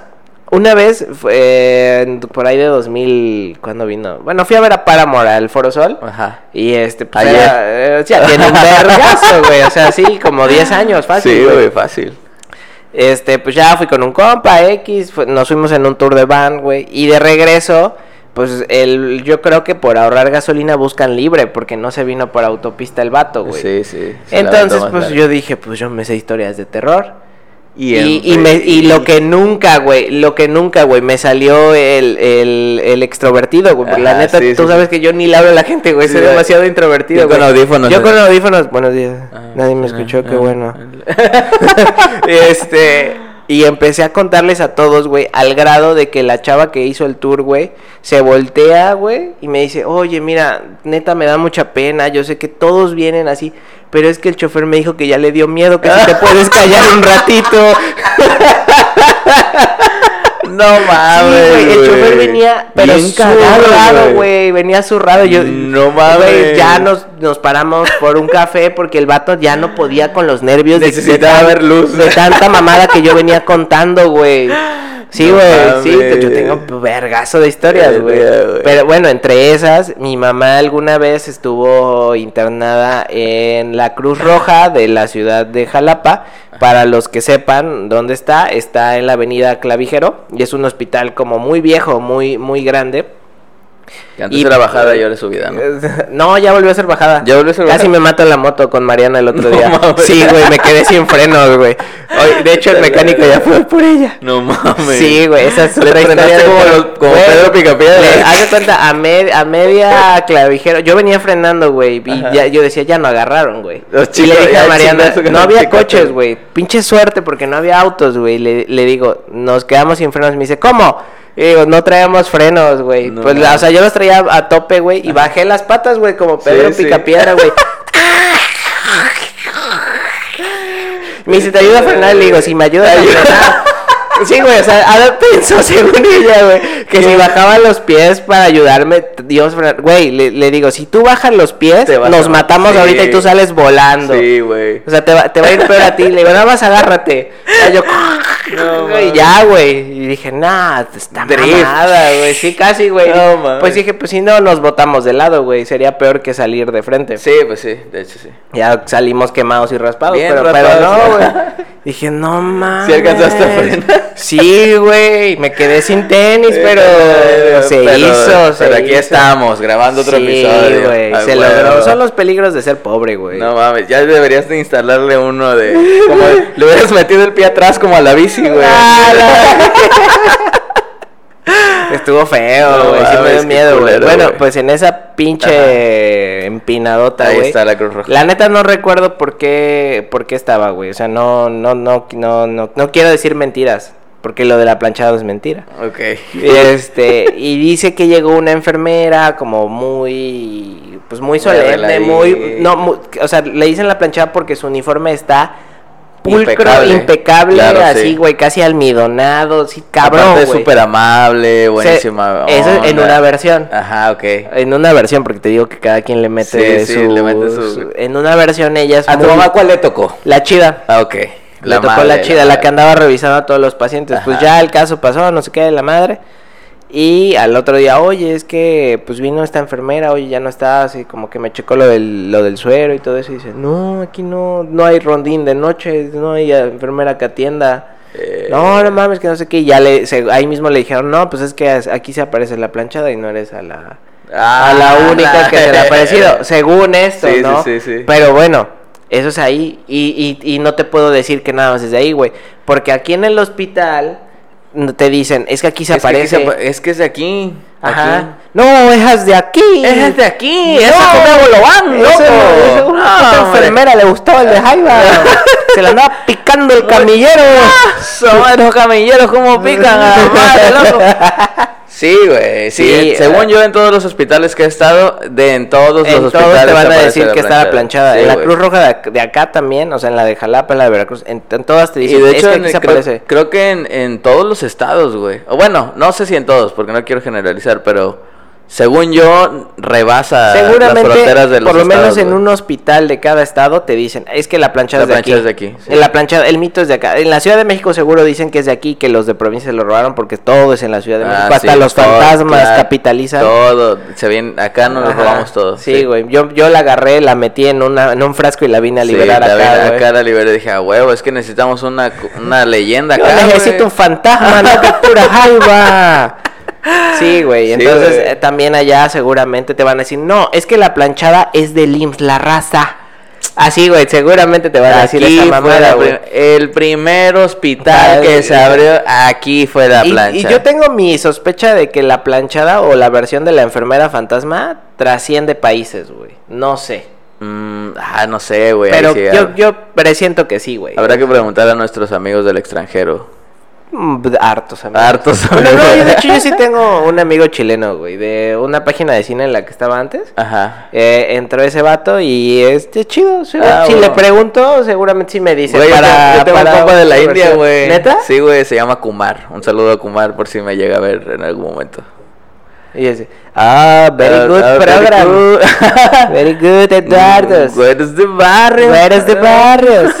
una vez, fue, eh, por ahí de 2000, ¿cuándo vino? Bueno, fui a ver a Paramore, al Foro Sol.
Ajá.
Y este, pues,
Ah. Ayer.
era, eh, sí, tiene un vergazo, güey. O sea, sí, como 10 años, fácil.
sí, güey, fácil.
Este, pues ya fui con un compa X, fu- nos fuimos en un tour de van, güey, y de regreso, pues el, yo creo que por ahorrar gasolina buscan libre, porque no se vino por autopista el vato, güey.
Sí, sí. se la aventó
Entonces,
más
pues
larga.
yo dije, pues yo me sé historias de terror. Y,
en-
y me- y lo que nunca, güey, lo que nunca, güey, me salió el, el, el extrovertido, güey. porque la
Ajá,
neta,
sí,
tú
sí,
sabes que yo ni le hablo a la gente, güey,
Sí,
soy
güey.
demasiado introvertido,
Yo
güey.
con audífonos, Ah,
Yo
güey.
con audífonos, buenos días. Nadie me escuchó, qué
ah.
bueno. este, y empecé a contarles a todos, güey, al grado de que la chava que hizo el tour, güey, se voltea, güey, y me dice, oye, mira, neta me da mucha pena, yo sé que todos vienen así, pero es que el chofer me dijo que ya le dio miedo, que si te puedes callar un ratito.
No
Sí,
mames.
güey, el chofer
güey.
venía, pero
Bien cagado,
zurrado, güey, venía zurrado. Yo,
No
Güey,
mames.
ya nos, nos paramos por un café porque el vato ya no podía con los nervios. de- de
Necesitaba
tan-
ver luz.
De tanta mamada que yo venía contando, güey. Sí,
No
güey, sí,
mames.
yo tengo vergazo de historias, güey.
Verga, güey.
Pero bueno, entre esas, mi mamá alguna vez estuvo internada en la Cruz Roja de la ciudad de Jalapa. Para los que sepan dónde está, está en la avenida Clavijero y es un hospital como muy viejo, muy, muy grande.
Que antes
Y-
era bajada y Eh, ahora es subida, ¿no?
No, ya volvió a ser bajada.
¿Ya volvió a ser
Casi
bajada?
me mato en la moto con Mariana el otro
No
día.
mames.
Sí, güey, me quedé sin frenos, güey. Hoy, De hecho, el mecánico ya fue por ella.
No mames.
Sí, güey, esa es
Le
otra
frenaste
historia.
como
pero-
los- como
güey,
Pedro Picapiedra.
le- Haz de cuenta, a, med- a media clavijero. Yo venía frenando, güey, y
Ajá.
ya, yo decía, ya no agarraron, güey.
Los
Y le
chicos,
dije a
ya
Mariana,
chingazo,
no había
chicos,
coches,
sí.
güey. Pinche suerte porque no había autos, güey. Le, le digo, nos quedamos sin frenos. Me dice, ¿cómo? Y digo, no traemos frenos, güey.
No
pues, la- o
mames.
sea, yo los traía a tope, güey, y bajé las patas, güey, como Pedro
Sí, sí.
Picapiedra, güey. Me dice, ¿te ayuda a frenar? Le digo, si me ayudas a frenar. Sí, güey, o sea, Adam pensó, según ella, güey, que si bajaba los pies para ayudarme, t- Dios, frenar. güey, le, le digo, si tú bajas los pies,
Te vas
nos
a-
matamos
sí.
ahorita y tú sales volando.
Sí, güey.
O sea, te va, te va a ir peor a ti. Le digo, nada más agárrate. O sea, yo,
No,
y
mames.
ya, güey. Y dije, nah, está
Drift.
mamada, güey. Sí, casi, güey.
No, mames.
pues dije, pues si no, nos botamos de lado, güey. Sería peor que salir de frente.
Sí, pues sí, de hecho sí.
Ya salimos quemados y raspados,
Bien
pero,
raspados,
pero no,
¿no?
güey. Dije, no mames.
Sí alcanzaste a frenar.
Sí, güey. Me quedé sin tenis, pero
Eh,
se
pero-
hizo. se
Pero aquí
hizo.
estamos, grabando otro
Sí,
episodio.
güey.
Ah,
Se
bueno.
logró. Son los peligros de ser pobre, güey.
No mames, ya deberías de instalarle uno de. Como le hubieras metido el pie atrás como a la bici,
Ah,
güey.
Estuvo feo,
No
güey. sí me
mames,
dio
qué
miedo, güey.
culero,
Bueno,
güey.
pues en esa pinche empinadota,
Ahí
güey.
está la Cruz Roja.
La neta no recuerdo por qué, por qué estaba, güey. O sea, no, no, no, no, no, no quiero decir mentiras. Porque lo de la planchada es mentira.
Ok.
Este, y dice que llegó una enfermera como muy, pues muy solemne,
arregladita.
muy, no, mu- o sea, le dicen la planchada porque su uniforme está pulcro, impecable,
Impecable. Claro,
así,
sí.
güey, casi almidonado, sí, cabrón,
Aparte,
güey.
es súper amable,
O sea,
buenísima.
Eso en
onda.
una versión.
Ajá, ok.
En una versión, porque te digo que cada quien le mete,
Sí, sí,
su,
le mete su-
En una versión ella es
¿A tu
muy-
mamá cuál le tocó?
La chida.
Ah, ok.
Le tocó
madre,
la chida, la,
madre.
que andaba revisando a todos los pacientes. Pues
Ajá.
ya el caso pasó, no sé qué, de la madre. Y al otro día, oye, es que pues vino esta enfermera, oye, ya no está, así como que me checó lo del, lo del suero y todo eso. Y dice, no, aquí no, no hay rondín de noche, no hay enfermera que atienda.
Eh,
No, no mames, que no sé qué. Y ya le, se- ahí mismo le dijeron, no, pues es que as- aquí se aparece la planchada y no eres a la,
ah,
a la única que se le ha aparecido, según esto,
Sí, sí,
¿no?
sí, sí.
Pero bueno, eso es ahí. Y, y, y no te puedo decir que nada más es de ahí, güey. Porque aquí en el hospital no te dicen, es que aquí se
Es que aquí
aparece.
se apa- es que es de aquí.
Ajá.
aquí.
No, esas de aquí.
Es de aquí,
No,
eso como lo van,
Esa- esa-
loco.
esa
No, hombre.
enfermera le gustaba el de Jaiba. se la andaba picando el camillero.
Ah, Son los camilleros como pican a la madre, loco. Sí, güey, sí.
Sí,
eh, según
eh.
yo en todos los hospitales que he estado, de en todos
En
los
todos
hospitales
te van a
aparece
decir que está la planchada.
Sí,
en la
güey.
Cruz Roja de, ac- de acá también, o sea, en la de Jalapa, en la de Veracruz, en, en todas te
Y
dicen,
de
es
hecho,
que
en-
aquí se aparece.
creo, creo que en, en todos los estados, güey. O bueno, no sé si en todos, porque no quiero generalizar, pero según yo, rebasa
Seguramente,
ah, las fronteras de los
por lo menos
estados,
en
güey.
un hospital de cada estado te dicen, es que la planchada
La
es de
planchada
aquí.
es de aquí, sí.
En La planchada, el mito es de acá. En la Ciudad de México seguro dicen que es de aquí, que los de provincia se lo robaron porque todo es en la Ciudad de
Ah,
México. Hasta
sí,
los
todo,
fantasmas
claro,
capitalizan.
Todo, se viene, acá nos lo
Ajá.
robamos todo.
Sí, güey. Yo, yo la agarré, la metí en, una, en un frasco y la vine a liberar
sí, la
acá,
vi-
güey.
acá la liberé dije, a huevo, es que necesitamos una, una leyenda
Yo
acá.
necesito
güey".
un fantasma, no que pura jaiba. Sí, güey.
Sí,
Entonces,
güey.
eh, también allá seguramente te van a decir, no, es que la planchada es del IMSS, la raza. Así, güey, seguramente te van a decir
Aquí
esa
fue
mamada,
la
güey.
prim- el primer hospital
Ay,
que se
güey.
abrió, aquí fue la
Y-
plancha.
Y, yo tengo mi sospecha de que la planchada o la versión de la enfermera fantasma trasciende países, güey. No sé.
Mm, ah, no sé, güey. ahí
Pero
sí,
yo,
hab-
yo presiento que sí, güey.
Habrá que preguntar a nuestros amigos del extranjero.
Mm, Hartos, amigos.
Hartos
No, no,
amigos.
yo de hecho yo sí tengo un amigo chileno, güey, de una página de cine en la que estaba antes.
Ajá.
Eh, entró ese vato y este chido. sí,
Ah,
si
bueno.
le pregunto, seguramente sí me dice.
Güey, yo
para,
tengo- yo tengo un
para
compa de la India,
diversión.
güey.
¿Neta?
Sí, güey, se llama Kumar. Un saludo a Kumar por si me llega a ver en algún momento.
Y dice, ah,
Ah,
very good
ah, very
program.
good.
Very good, Eduardo.
Mm, Güeros de barrio.
Eres de barrios.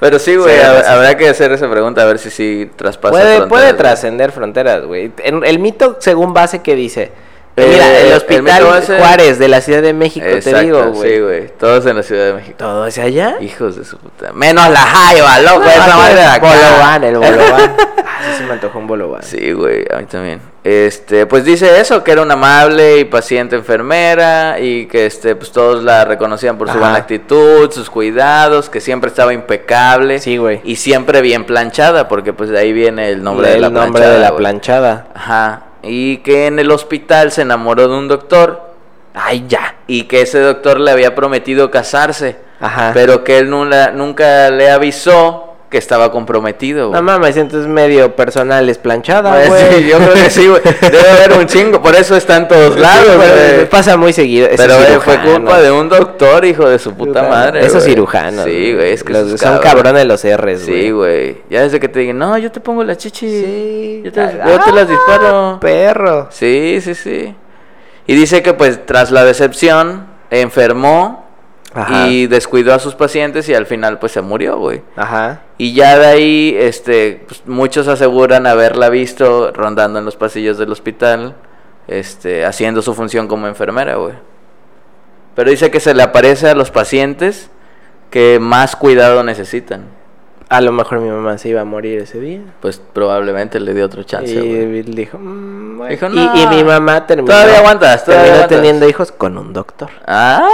Pero sí, güey,
Sí,
hab-
gracias.
habrá que hacer esa pregunta a ver si sí traspasa.
Puede,
fronteras,
puede
güey.
trascender fronteras, güey. En- El mito, según base, que dice?
Eh,
Mira, el
el
hospital
mito base-
Juárez de la Ciudad de México,
Exacto,
te digo,
Sí,
güey.
güey. Todos en la Ciudad de México.
¿Todo es allá?
Hijos de su puta. Menos la jaiba, loco. esa madre de
el
acá.
bolobán, el bolobán. ah, sí, se me antojó un bolobán.
Sí, güey, a mí también. Este, pues dice eso, que era una amable y paciente enfermera y que este, pues todos la reconocían por su
Ajá.
buena actitud, sus cuidados, que siempre estaba impecable.
Sí, güey.
Y siempre bien planchada, porque pues de ahí viene el nombre de
el
la
nombre
planchada.
de la
güey.
planchada.
Ajá. Y que en el hospital se enamoró de un doctor
Ay, ya.
y que ese doctor le había prometido casarse,
Ajá.
pero que él nula- nunca le avisó que estaba comprometido. güey.
no mames, entonces medio personal es planchada,
Pues,
güey.
sí, yo creo que sí, güey. Debe haber un chingo, por eso está en todos lados,
Claro, pero
güey.
pasa muy seguido. Ese
Pero güey, fue
cirujano.
culpa de un doctor, hijo de su puta madre.
Esos
güey.
cirujanos.
Sí, güey, es que
los-
esos
son cabrones los R's, güey.
Sí, güey. Ya desde que te digan, no, yo te pongo la chichi.
Sí.
Yo te,
Ah,
yo te las disparo.
Perro.
Sí, sí, sí. Y dice que pues tras la decepción enfermó
Ajá.
y descuidó a sus pacientes y al final pues se murió, güey.
Ajá.
Y ya de ahí, este, pues, muchos aseguran haberla visto rondando en los pasillos del hospital, este, haciendo su función como enfermera, güey. Pero dice que se le aparece a los pacientes que más cuidado necesitan.
A lo mejor mi mamá se iba a morir ese día.
Pues probablemente le dio otro chance,
y
güey.
Bill dijo, "Mm, bueno".
Dijo,
Y-
"No".
y, mi mamá terminó.
Todavía aguantas, todavía
terminó
aguantas.
teniendo hijos con un doctor.
Ah,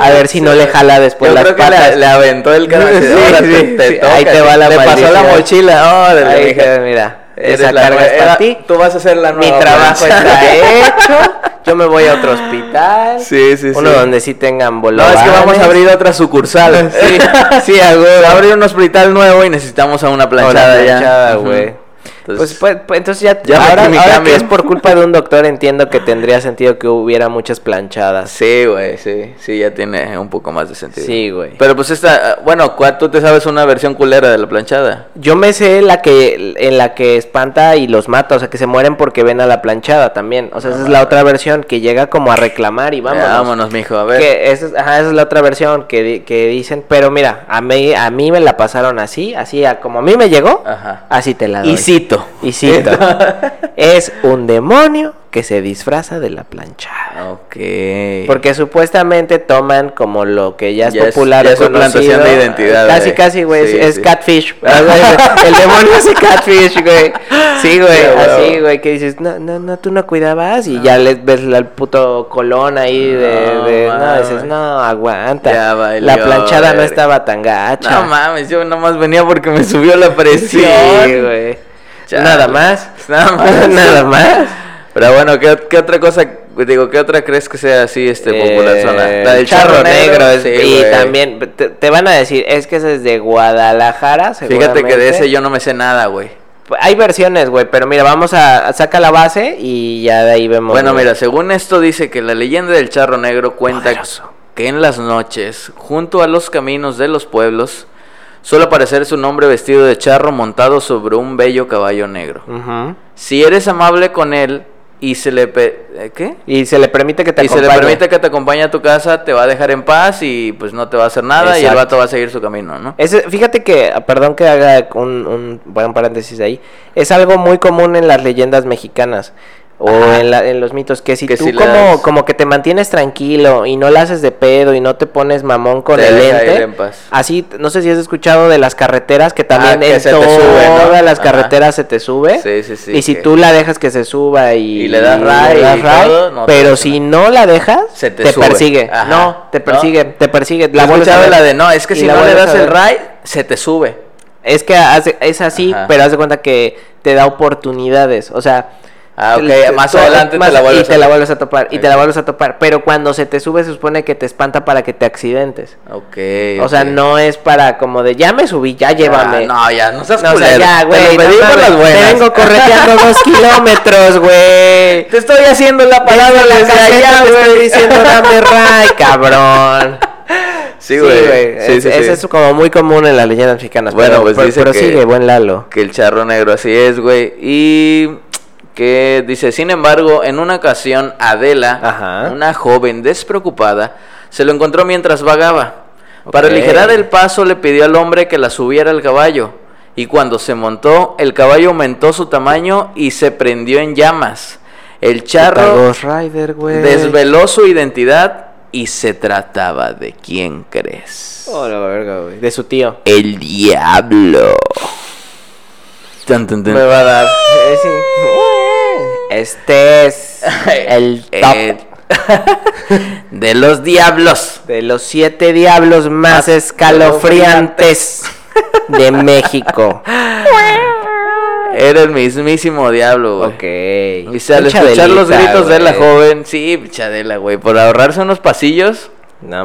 A ver si no le jala después
Yo
las
creo que
patas.
le, le aventó el carro.
Sí, sí, sí. Ahí te va la
Le pasó la
maldición.
mochila. Órale,
Ahí
mija.
dije, mira,
Eres
esa
la
carga
nueva-
es para
era-
ti.
Tú vas a ser la
Mi
nueva.
trabajo
plancha.
está hecho. Yo me voy a otro hospital.
Sí, sí,
Uno
sí.
donde sí tengan
No,
bolobanes.
es que vamos a abrir otra sucursal. sí, sí, a huevo. Se va a abrir un hospital nuevo y necesitamos a una planchada,
Una planchada,
ya.
güey.
Ujú.
Pues,
Entonces,
pues, pues, entonces ya,
Ya
ahora,
metí mi
ahora
cambio.
que es por culpa de un doctor entiendo que tendría sentido que hubiera muchas planchadas.
sí, güey, sí, sí, ya tiene un poco más de sentido.
Sí, güey.
Pero pues esta, ah, bueno, ¿cuál- tú te sabes una versión culera de la planchada?
Yo me sé la que en la que espanta y los mata, o sea, que se mueren porque ven a la planchada también. O sea, esa es la otra versión que llega como a reclamar y vámonos.
Eh, Ah, vámonos mijo, a ver.
Que esa, es, ajá, esa es la otra versión que, di- que dicen, pero mira, a mí, a mí me la pasaron así, así a- como a mí me llegó,
Ajá.
así te la doy.
Y cito. cito.
Y cito, es un demonio que se disfraza de la planchada.
Ok.
Porque supuestamente toman como lo que ya es
Eh, Ya es-
popular.
ya es
o
suplantación
conocido.
de identidad,
Casi,
güey.
casi, güey.
Sí,
es
sí.
catfish. El demonio hace catfish, güey. Sí, güey.
Ya, güey. Ah.
así, güey. Que dices, no, no, no, tú no cuidabas. Y ya les ves al puto colón ahí de.
No,
de- no,
mames.
dices, no, aguanta.
Ya valió,
la planchada no
verga.
estaba tan gacha.
No mames, yo nomás venía porque me subió la presión.
Ah. sí, güey.
Chale.
Nada más.
Nada más.
Nada más.
Pero bueno, ¿qué, qué otra cosa, digo, qué otra crees que sea así, este, popular zona?
Eh,
La del charro, negro.
es-
sí,
y
güey.
también te, te van a decir, es que ese es de Guadalajara,
Fíjate que de ese
seguramente.
yo no me sé nada, güey.
Hay versiones, güey, pero mira, vamos a, a- saca la base y ya de ahí vemos.
Bueno,
güey.
mira, según esto dice que la leyenda del charro negro cuenta
Poderoso.
que en las noches, junto a los caminos de los pueblos, suele aparecer su nombre vestido de charro montado sobre un bello caballo negro.
Ujú.
Si eres amable con él y se le... pe- ¿eh, ¿Qué?
Y se le permite que te
Y se le
acompañe.
permite que te acompañe a tu casa, te va a dejar en paz y pues no te va a hacer nada y el
Exacto. ¿Eh?
vato va a seguir su camino, ¿no?
Ese- fíjate que, ah, perdón que haga un, un buen paréntesis ahí, es algo muy común en las leyendas mexicanas o
Ajá.
en, la- en los mitos, que si
Que
tú
si le
como,
das-
como que te mantienes tranquilo y no la haces de pedo y no te pones mamón con
Te
el
deja
ente,
ir en paz.
así, no sé si has escuchado de las carreteras, que también
Ah, que
en
se te sube, ¿no?
todas las
Ajá.
carreteras se te sube,
Sí, sí, sí,
¿Eh? y si
que-
tú la dejas que se suba y,
Y le das ray
le das
y
ray,
todo, no te
pero
hace
si no la dejas,
Se te
te
sube.
persigue,
Ajá.
no, te
¿No?
persigue, te persigue,
La
vuelves a
escuchado
ver.
la de no, es que
Y
si
la
no le
vuelves a
das el
ver.
ray, se te sube.
Es que hace- es así,
Ajá.
pero haz de cuenta que te da oportunidades. O sea.
Ah, ok,
te-
más
tú-
adelante te
más-
la vuelves
y
a
te la
topar.
vuelves a topar. Y te la
Ok.
vuelves a topar. Pero cuando se te sube, se supone que te espanta para que te accidentes.
Ok.
O sea,
ok.
no es para como de ya me subí, ya llévame.
Ah, no, ya, no seas
No, o sea,
culero.
ya, güey.
Te lo
no
pedí por
mames,
las buenas.
Te vengo correteando dos kilómetros, güey.
Te estoy haciendo la palabra
Desde
desde
la caseta
allá,
te estoy
güey.
diciendo dame ray, cabrón.
Sí, güey. Sí,
es-
sí,
Ese
sí.
es como muy común en las leyendas mexicanas. pero,
Bueno, pues
pero-
dice
pero
que-
sigue, buen Lalo.
Que el charro negro, así es, güey. Y que dice, sin embargo, en una ocasión, Adela,
Ajá.
una joven despreocupada, se lo encontró mientras vagaba. Para
Ok.
aligerar el paso le pidió al hombre que la subiera al caballo. Y cuando se montó, el caballo aumentó su tamaño y se prendió en llamas. El charro...
Puta, Ghost Rider, güey.
Desveló su identidad y se trataba de quién crees.
Oh, la verga, güey. De su tío.
El diablo. Tan, tan, tan.
Me va a dar. Eh, sí. Este es el top
Eh, de los diablos.
de los siete diablos más
Más
escalofriantes de México.
Era el mismísimo diablo, güey.
ok. Y
Y al escuchar los gritos de la joven, sí, pichadela, güey, por ahorrarse unos pasillos,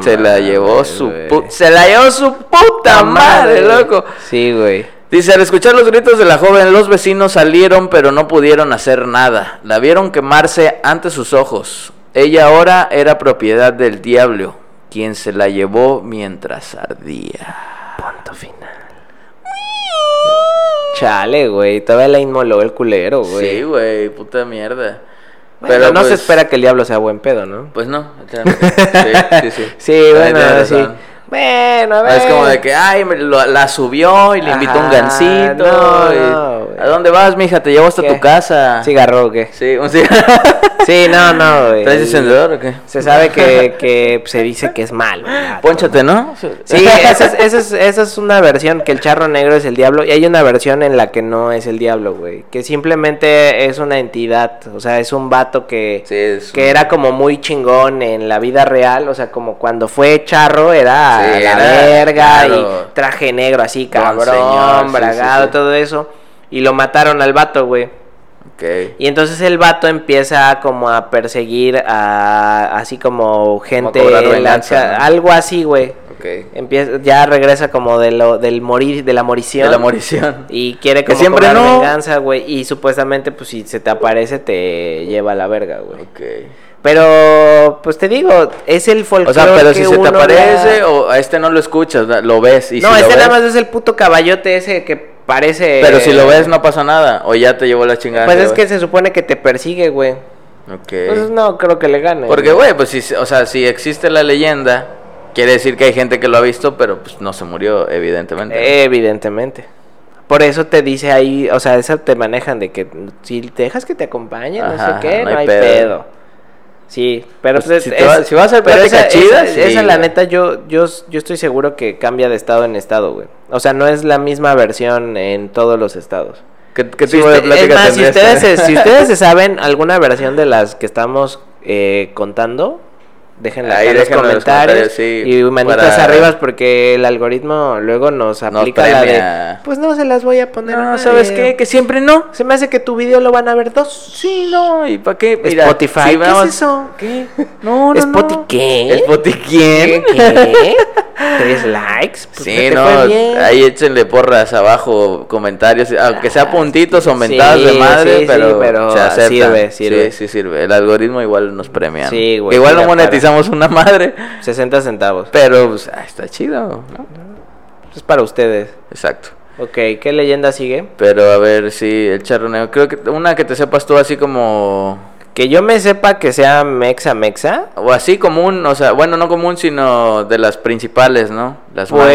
se la llevó su pu- se la llevó su puta madre, loco.
Sí, güey.
Dice, al escuchar los gritos de la joven, los vecinos salieron pero no pudieron hacer nada. La vieron quemarse ante sus ojos. Ella ahora era propiedad del diablo, quien se la llevó mientras ardía.
Punto final. Chale, güey. Todavía la inmoló el culero, güey.
Sí, güey, puta mierda.
Bueno, no se
pues,
espera que el diablo sea buen pedo, ¿no?
Pues no. Sí, sí, sí.
Sí,
También
bueno,
tienes
sí.
razón.
Bueno, a
No,
ver.
Es como de que, ay, me lo- la subió y le invitó un
Ajá,
gancito.
no,
y,
no, güey.
¿A dónde vas, mija? Te llevo hasta
¿Qué?
tu casa.
¿Cigarro o qué?
Sí, un cigarro.
Sí, no, no, güey.
¿Traes encendedor o qué?
Se sabe que, que pues, se dice que es malo. el gato.
Pónchate, ¿no?
Sí, esa es, esa, es, esa es una versión que el charro negro es el diablo y hay una versión en la que no es el diablo, güey. Que simplemente es una entidad, o sea, es un vato que...
Sí, es
que
un-
era como muy chingón en la vida real, o sea, como cuando fue charro era
Sí,
a la
era,
verga
claro.
y traje negro así,
Don
cabrón,
señor, sí,
bragado,
sí, sí.
todo eso, y lo mataron al vato, güey.
Ok.
Y entonces el vato empieza como a perseguir a así como gente,
cobrar
en la
venganza,
ca-
¿no?
algo así, güey.
Ok.
Empieza, ya regresa como de lo, del morir, de la morición.
De la morición.
Y quiere
Que
como
siempre
cobrar
no.
venganza, güey. Y supuestamente, pues si se te aparece, te lleva a la verga, güey.
Ok.
Pero, pues te digo, es el folclore.
O sea, pero
que
si se te
uno
aparece
ya-
o a este no lo escuchas, da- lo ves. Y
No,
si lo
este
ves-
nada más es el puto caballote ese que parece.
Pero si lo ves no pasa nada. O ya te llevó la chingada.
Pues
ya
es que
ves.
se supone que te persigue, güey.
pues
Entonces
Ok.
no creo que le gane.
Porque, güey, pues si, o sea, si existe la leyenda, quiere decir que hay gente que lo ha visto, pero pues no se murió, evidentemente.
Evidentemente. Por eso te dice ahí, o sea, esa te manejan de que si te dejas que te acompañe, no
Ajá,
sé qué, no, hay pedo. Sí, pero
Pues,
pues,
si te vas- si vas a hacer
pero
plática
esa,
chida,
esa-
sí,
esa, la
güey.
neta yo, yo yo estoy seguro que cambia de estado en estado, güey. O sea, no es la misma versión en todos los estados.
¿Qué, qué
Si
tipo de
usted- es
plática
más, si
tendrías que
ustedes, se,
tener?
si ustedes se saben alguna versión de las que estamos eh, contando, déjenla
Ahí
acá en los
déjenlo en los
comentarios.
comentarios, sí,
y manitas
para-
arriba porque el algoritmo luego nos aplica la de.
premia.
Pues no se las voy a poner. a
No,
nadie".
¿sabes qué? Que siempre no.
Se me hace que tu video lo van a ver dos.
Sí, no, ¿y para qué? Mira,
Spotify.
si
¿Qué
vamos-
es eso?
¿Qué? No, no,
¿Spoti
no.
qué?
¿Spoti quién?
¿Qué? ¿Tres likes? Pues
Sí,
te
no,
fue bien.
ahí échenle porras abajo, comentarios, aunque sea puntitos o mentadas
Sí,
de madre,
sí,
pero,
sí, pero
se aceptan.
sirve, sirve.
Sí, sí sirve. El algoritmo igual nos premia. ¿no?
Sí, güey,
Que igual no
mira,
monetizamos una madre,
60 centavos.
pero pues, ah, está chido. ¿no?
Es para ustedes.
Exacto.
Ok, ¿qué leyenda sigue?
Pero a ver, sí, el charroneo. Creo que una que te sepas tú así como...
Que yo me sepa que sea mexa mexa.
O así común, o sea, bueno, no común, sino de las principales, ¿no? Las más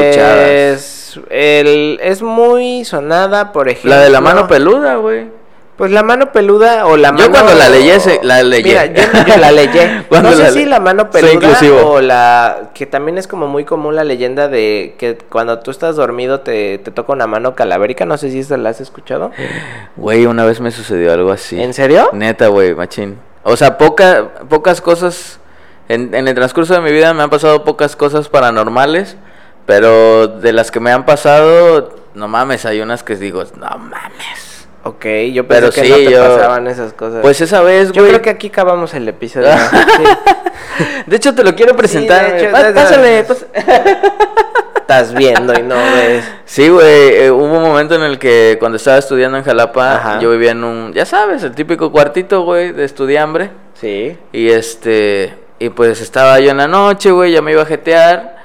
escuchadas.
Pues el, es muy sonada, por ejemplo.
La de la mano peluda, güey.
Pues la mano peluda o la
Yo
mano.
cuando la leí ese- la leí.
Mira, yo, yo la leyé.
Cuando
no sé
la
si
le-
la mano
Soy
peluda
inclusivo.
o la. Que también es como muy común la leyenda de que cuando tú estás dormido te, te toca una mano calavérica. No sé si esta la has escuchado.
Güey, una vez me sucedió algo así.
¿En serio?
Neta, güey, machín. O sea, poca, pocas cosas. En, en el transcurso de mi vida me han pasado pocas cosas paranormales. Pero de las que me han pasado, no mames, hay unas que digo, no mames.
Ok, yo pensé
Pero
que
sí,
no te
yo-
pasaban esas cosas.
Pues esa vez,
yo
güey.
creo que aquí acabamos el episodio. Sí.
De hecho, te lo quiero presentar.
de
güey.
hecho,
Pá-
de- de-
pásale, pásale.
Estás viendo y no ves.
Sí, güey, eh, hubo un momento en el que cuando estaba estudiando en Jalapa,
Ajá.
yo vivía en un, ya sabes, el típico cuartito, güey, de estudiambre.
Sí.
Y este, y pues estaba yo en la noche, güey, ya me iba a jetear.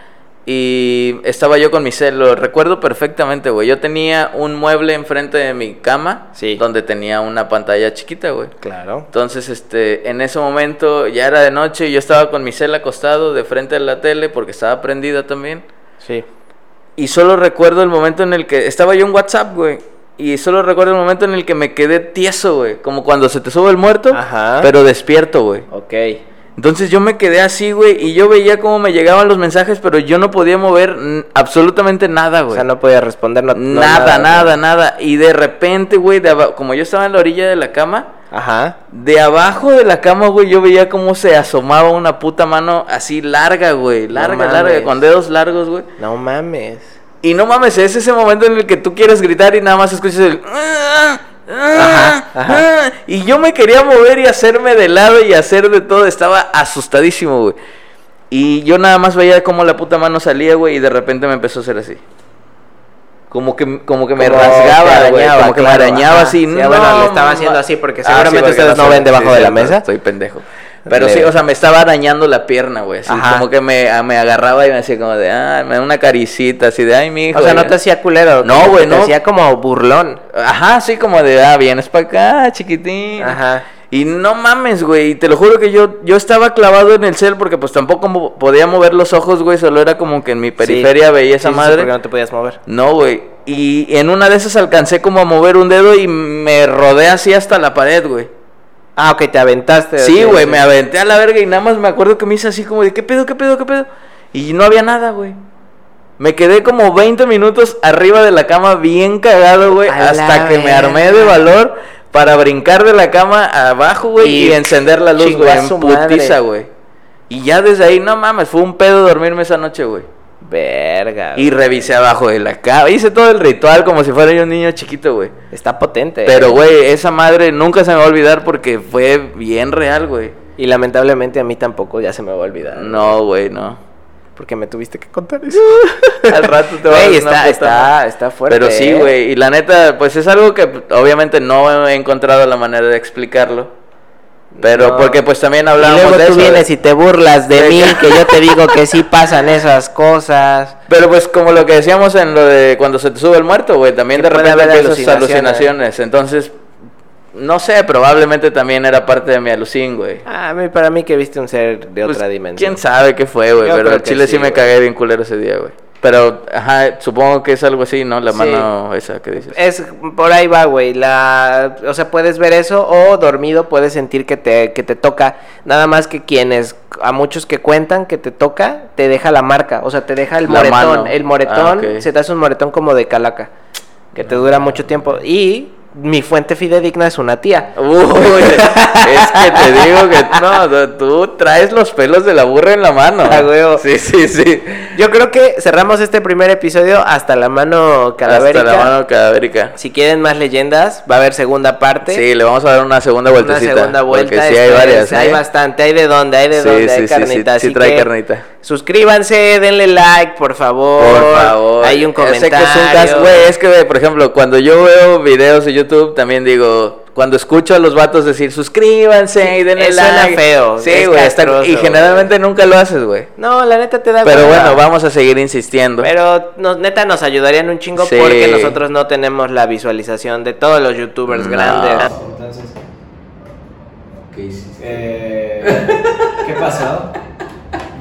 Y estaba yo con mi cel, lo recuerdo perfectamente, güey. Yo tenía un mueble enfrente de mi cama,
Sí.
donde tenía una pantalla chiquita, güey.
Claro.
Entonces, este, en ese momento ya era de noche y yo estaba con mi cel acostado de frente a la tele porque estaba prendida también.
Sí.
Y solo recuerdo el momento en el que estaba yo en WhatsApp, güey. Y solo recuerdo el momento en el que me quedé tieso, güey. Como cuando se te sube el muerto,
Ajá.
pero despierto, güey.
Ok.
Entonces yo me quedé así, güey. Y yo veía cómo me llegaban los mensajes, pero yo no podía mover mm, absolutamente nada, güey.
O sea, no podía responder no- no,
nada, nada, nada. Y de repente, güey, de aba- como yo estaba en la orilla de la cama,
Ajá.
de abajo de la cama, güey, yo veía cómo se asomaba una puta mano así larga, güey. Larga, larga,
mames.
con dedos largos, güey.
No mames.
Y no mames, es ese momento en el que tú quieres gritar y nada más escuchas el... "Ah,
Ajá, ajá.
Y yo me quería mover y hacerme de lado y hacer de todo. Estaba asustadísimo, güey. Y yo nada más veía cómo la puta mano salía, güey, y de repente me empezó a hacer así. Como que, como que me
Como
rasgaba,
te
güey.
arañaba,
Como que me
claro,
arañaba
ajá.
así.
Sí, bueno, le estaba
ma-
haciendo así porque
Ah, sí,
seguramente
porque
ustedes no
sé-
ven debajo de la
cierto,
mesa.
Estoy pendejo. Pero
Le-
sí, o sea, me estaba arañando la pierna, güey. así,
Ajá.
Como que me, a- me agarraba y me hacía como de, ah, me da una caricita, así de, ay, mi hijo.
O sea, no te hacía culero.
No,
como que
güey,
Te
no.
hacía como burlón.
Ajá, sí, como de, ah, vienes para acá, chiquitín.
Ajá.
Y no mames, güey, y te lo juro que yo, yo estaba clavado en el cel porque pues tampoco mo- podía mover los ojos, güey, solo era como que en mi periferia
Sí.
veía esa
Sí, sí, sí,
madre.
porque no te podías mover.
No, güey. Y en una de esas alcancé como a mover un dedo y me rodé así hasta la pared, güey.
Ah, ok, te aventaste.
Sí,
ok,
güey,
ok.
me aventé a la verga y nada más me acuerdo que me hice así como de, ¿qué pedo, qué pedo, qué pedo? Y no había nada, güey. Me quedé como 20 minutos arriba de la cama bien cagado, güey,
A la
hasta que me
verga.
armé de valor para brincar de la cama abajo, güey, y,
Y
encender la luz,
chingó
güey,
a
en
su madre.
putiza, güey. Y ya desde ahí, no mames, fue un pedo dormirme esa noche, güey.
Verga. güey.
Y revisé abajo de la cama, hice todo el ritual como si fuera yo un niño chiquito, güey.
Está potente. eh.
Pero, güey, esa madre nunca se me va a olvidar porque fue bien real, güey.
Y lamentablemente a mí tampoco ya se me va a olvidar.
No, güey, no.
Porque me tuviste que contar eso.
Al rato te va a dar
Güey, está,
una putada.
está, está fuerte.
Pero sí,
¿eh?
güey. Y la neta, pues es algo que obviamente no he encontrado la manera de explicarlo. Pero
No.
porque pues también
Y
hablábamos
luego
de
tú
eso.
vienes
de-
y te burlas de
de
mí,
que-
que yo te digo que sí pasan esas cosas.
Pero pues como lo que decíamos en lo de cuando se te sube el muerto, güey, también
Que
de
puede
repente
haber
empiezas
alucinaciones.
alucinaciones. Entonces, no sé, probablemente también era parte de mi alucín, güey.
A mí, para mí que viste un ser de
Pues,
otra dimensión.
¿Quién sabe qué fue, güey?
Yo
Pero
creo
en
que
Chile sí,
sí,
me
güey.
cagué bien culero ese día, güey. Pero, ajá, supongo que es algo así, ¿no? La
Sí.
mano esa que dices.
Es por ahí va, güey. La, o sea, puedes ver eso o dormido puedes sentir que te, que te toca. Nada más que quienes, a muchos que cuentan que te toca, te deja la marca. O sea, te deja el
La
moretón.
mano.
El moretón,
Ah, ok.
se te hace un moretón como de calaca, que te dura mucho tiempo. Y mi fuente fidedigna es una tía.
Uy, es que te digo que no, tú- tú traes los pelos de la burra en la mano.
A huevo.
Sí, sí, sí.
Yo creo que cerramos este primer episodio hasta la mano calavérica.
Hasta la mano cadavérica.
Si quieren más leyendas, va a haber segunda parte.
Sí, le vamos a dar una segunda
una
vueltecita.
segunda vuelta.
Porque sí hay
esto es-
varias.
Hay
¿eh?
bastante, hay de dónde, hay de
Sí,
dónde,
sí,
hay
sí,
carnita.
sí, sí
así
trae
que
carnita.
Suscríbanse, denle like, por favor.
Por favor.
Hay un
Yo sé que
comentario.
es un caso, güey, es que, por ejemplo, cuando yo veo videos de YouTube, también digo, cuando escucho a los vatos decir, suscríbanse y denle
Eso suena
like.
feo,
Sí,
es
güey, está-
castroso,
y generalmente nunca lo haces, güey.
No, la neta te da
Pero
hueva.
bueno, vamos a seguir insistiendo.
Pero nos, neta nos ayudarían un chingo
Sí.
porque nosotros no tenemos la visualización de todos los youtubers
No.
grandes.
Entonces,
¿Qué hiciste?
eh, ¿qué pasó?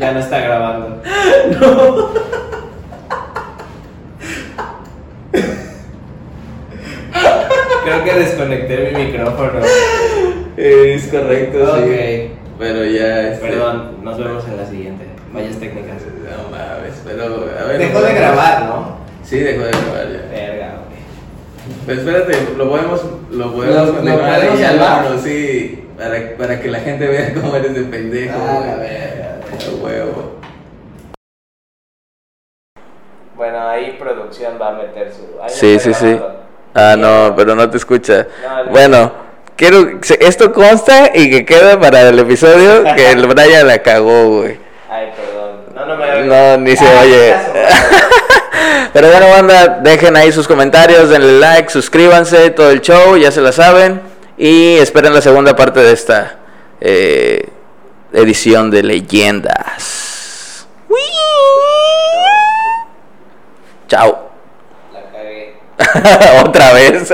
Ya no está grabando. Creo que desconecté mi micrófono.
Es correcto,
sí. Este-
Bueno, ya.
Perdón, nos vemos en la siguiente. Vallas técnicas.
No mames, pero. A
Dejó de grabar, ¿no?
Sí, dejó de grabar ya.
Verga, güey.
Pero espérate, lo podemos, lo
Lo-
podemos
lo
continuar
podemos
y ya
salvar.
hablarlo, sí, para, para que la gente vea cómo eres de pendejo,
Ah, la
güey.
verga.
A huevo.
Bueno, ahí producción va a meter su. ahí
Sí,
está
sí, sí.
grabando.
Ah, no, pero no te escucha.
No, no.
Bueno, quiero, se- esto consta y que queda para el episodio que el Brian la cagó, güey.
Ay, perdón. No, no me
No, ni se
Ah,
oye.
caso.
Pero bueno, banda, dejen ahí sus comentarios, denle like, suscríbanse, todo el show, ya se la saben. Y esperen la segunda parte de esta eh, edición de leyendas. Chao.
La cagué.
Otra vez.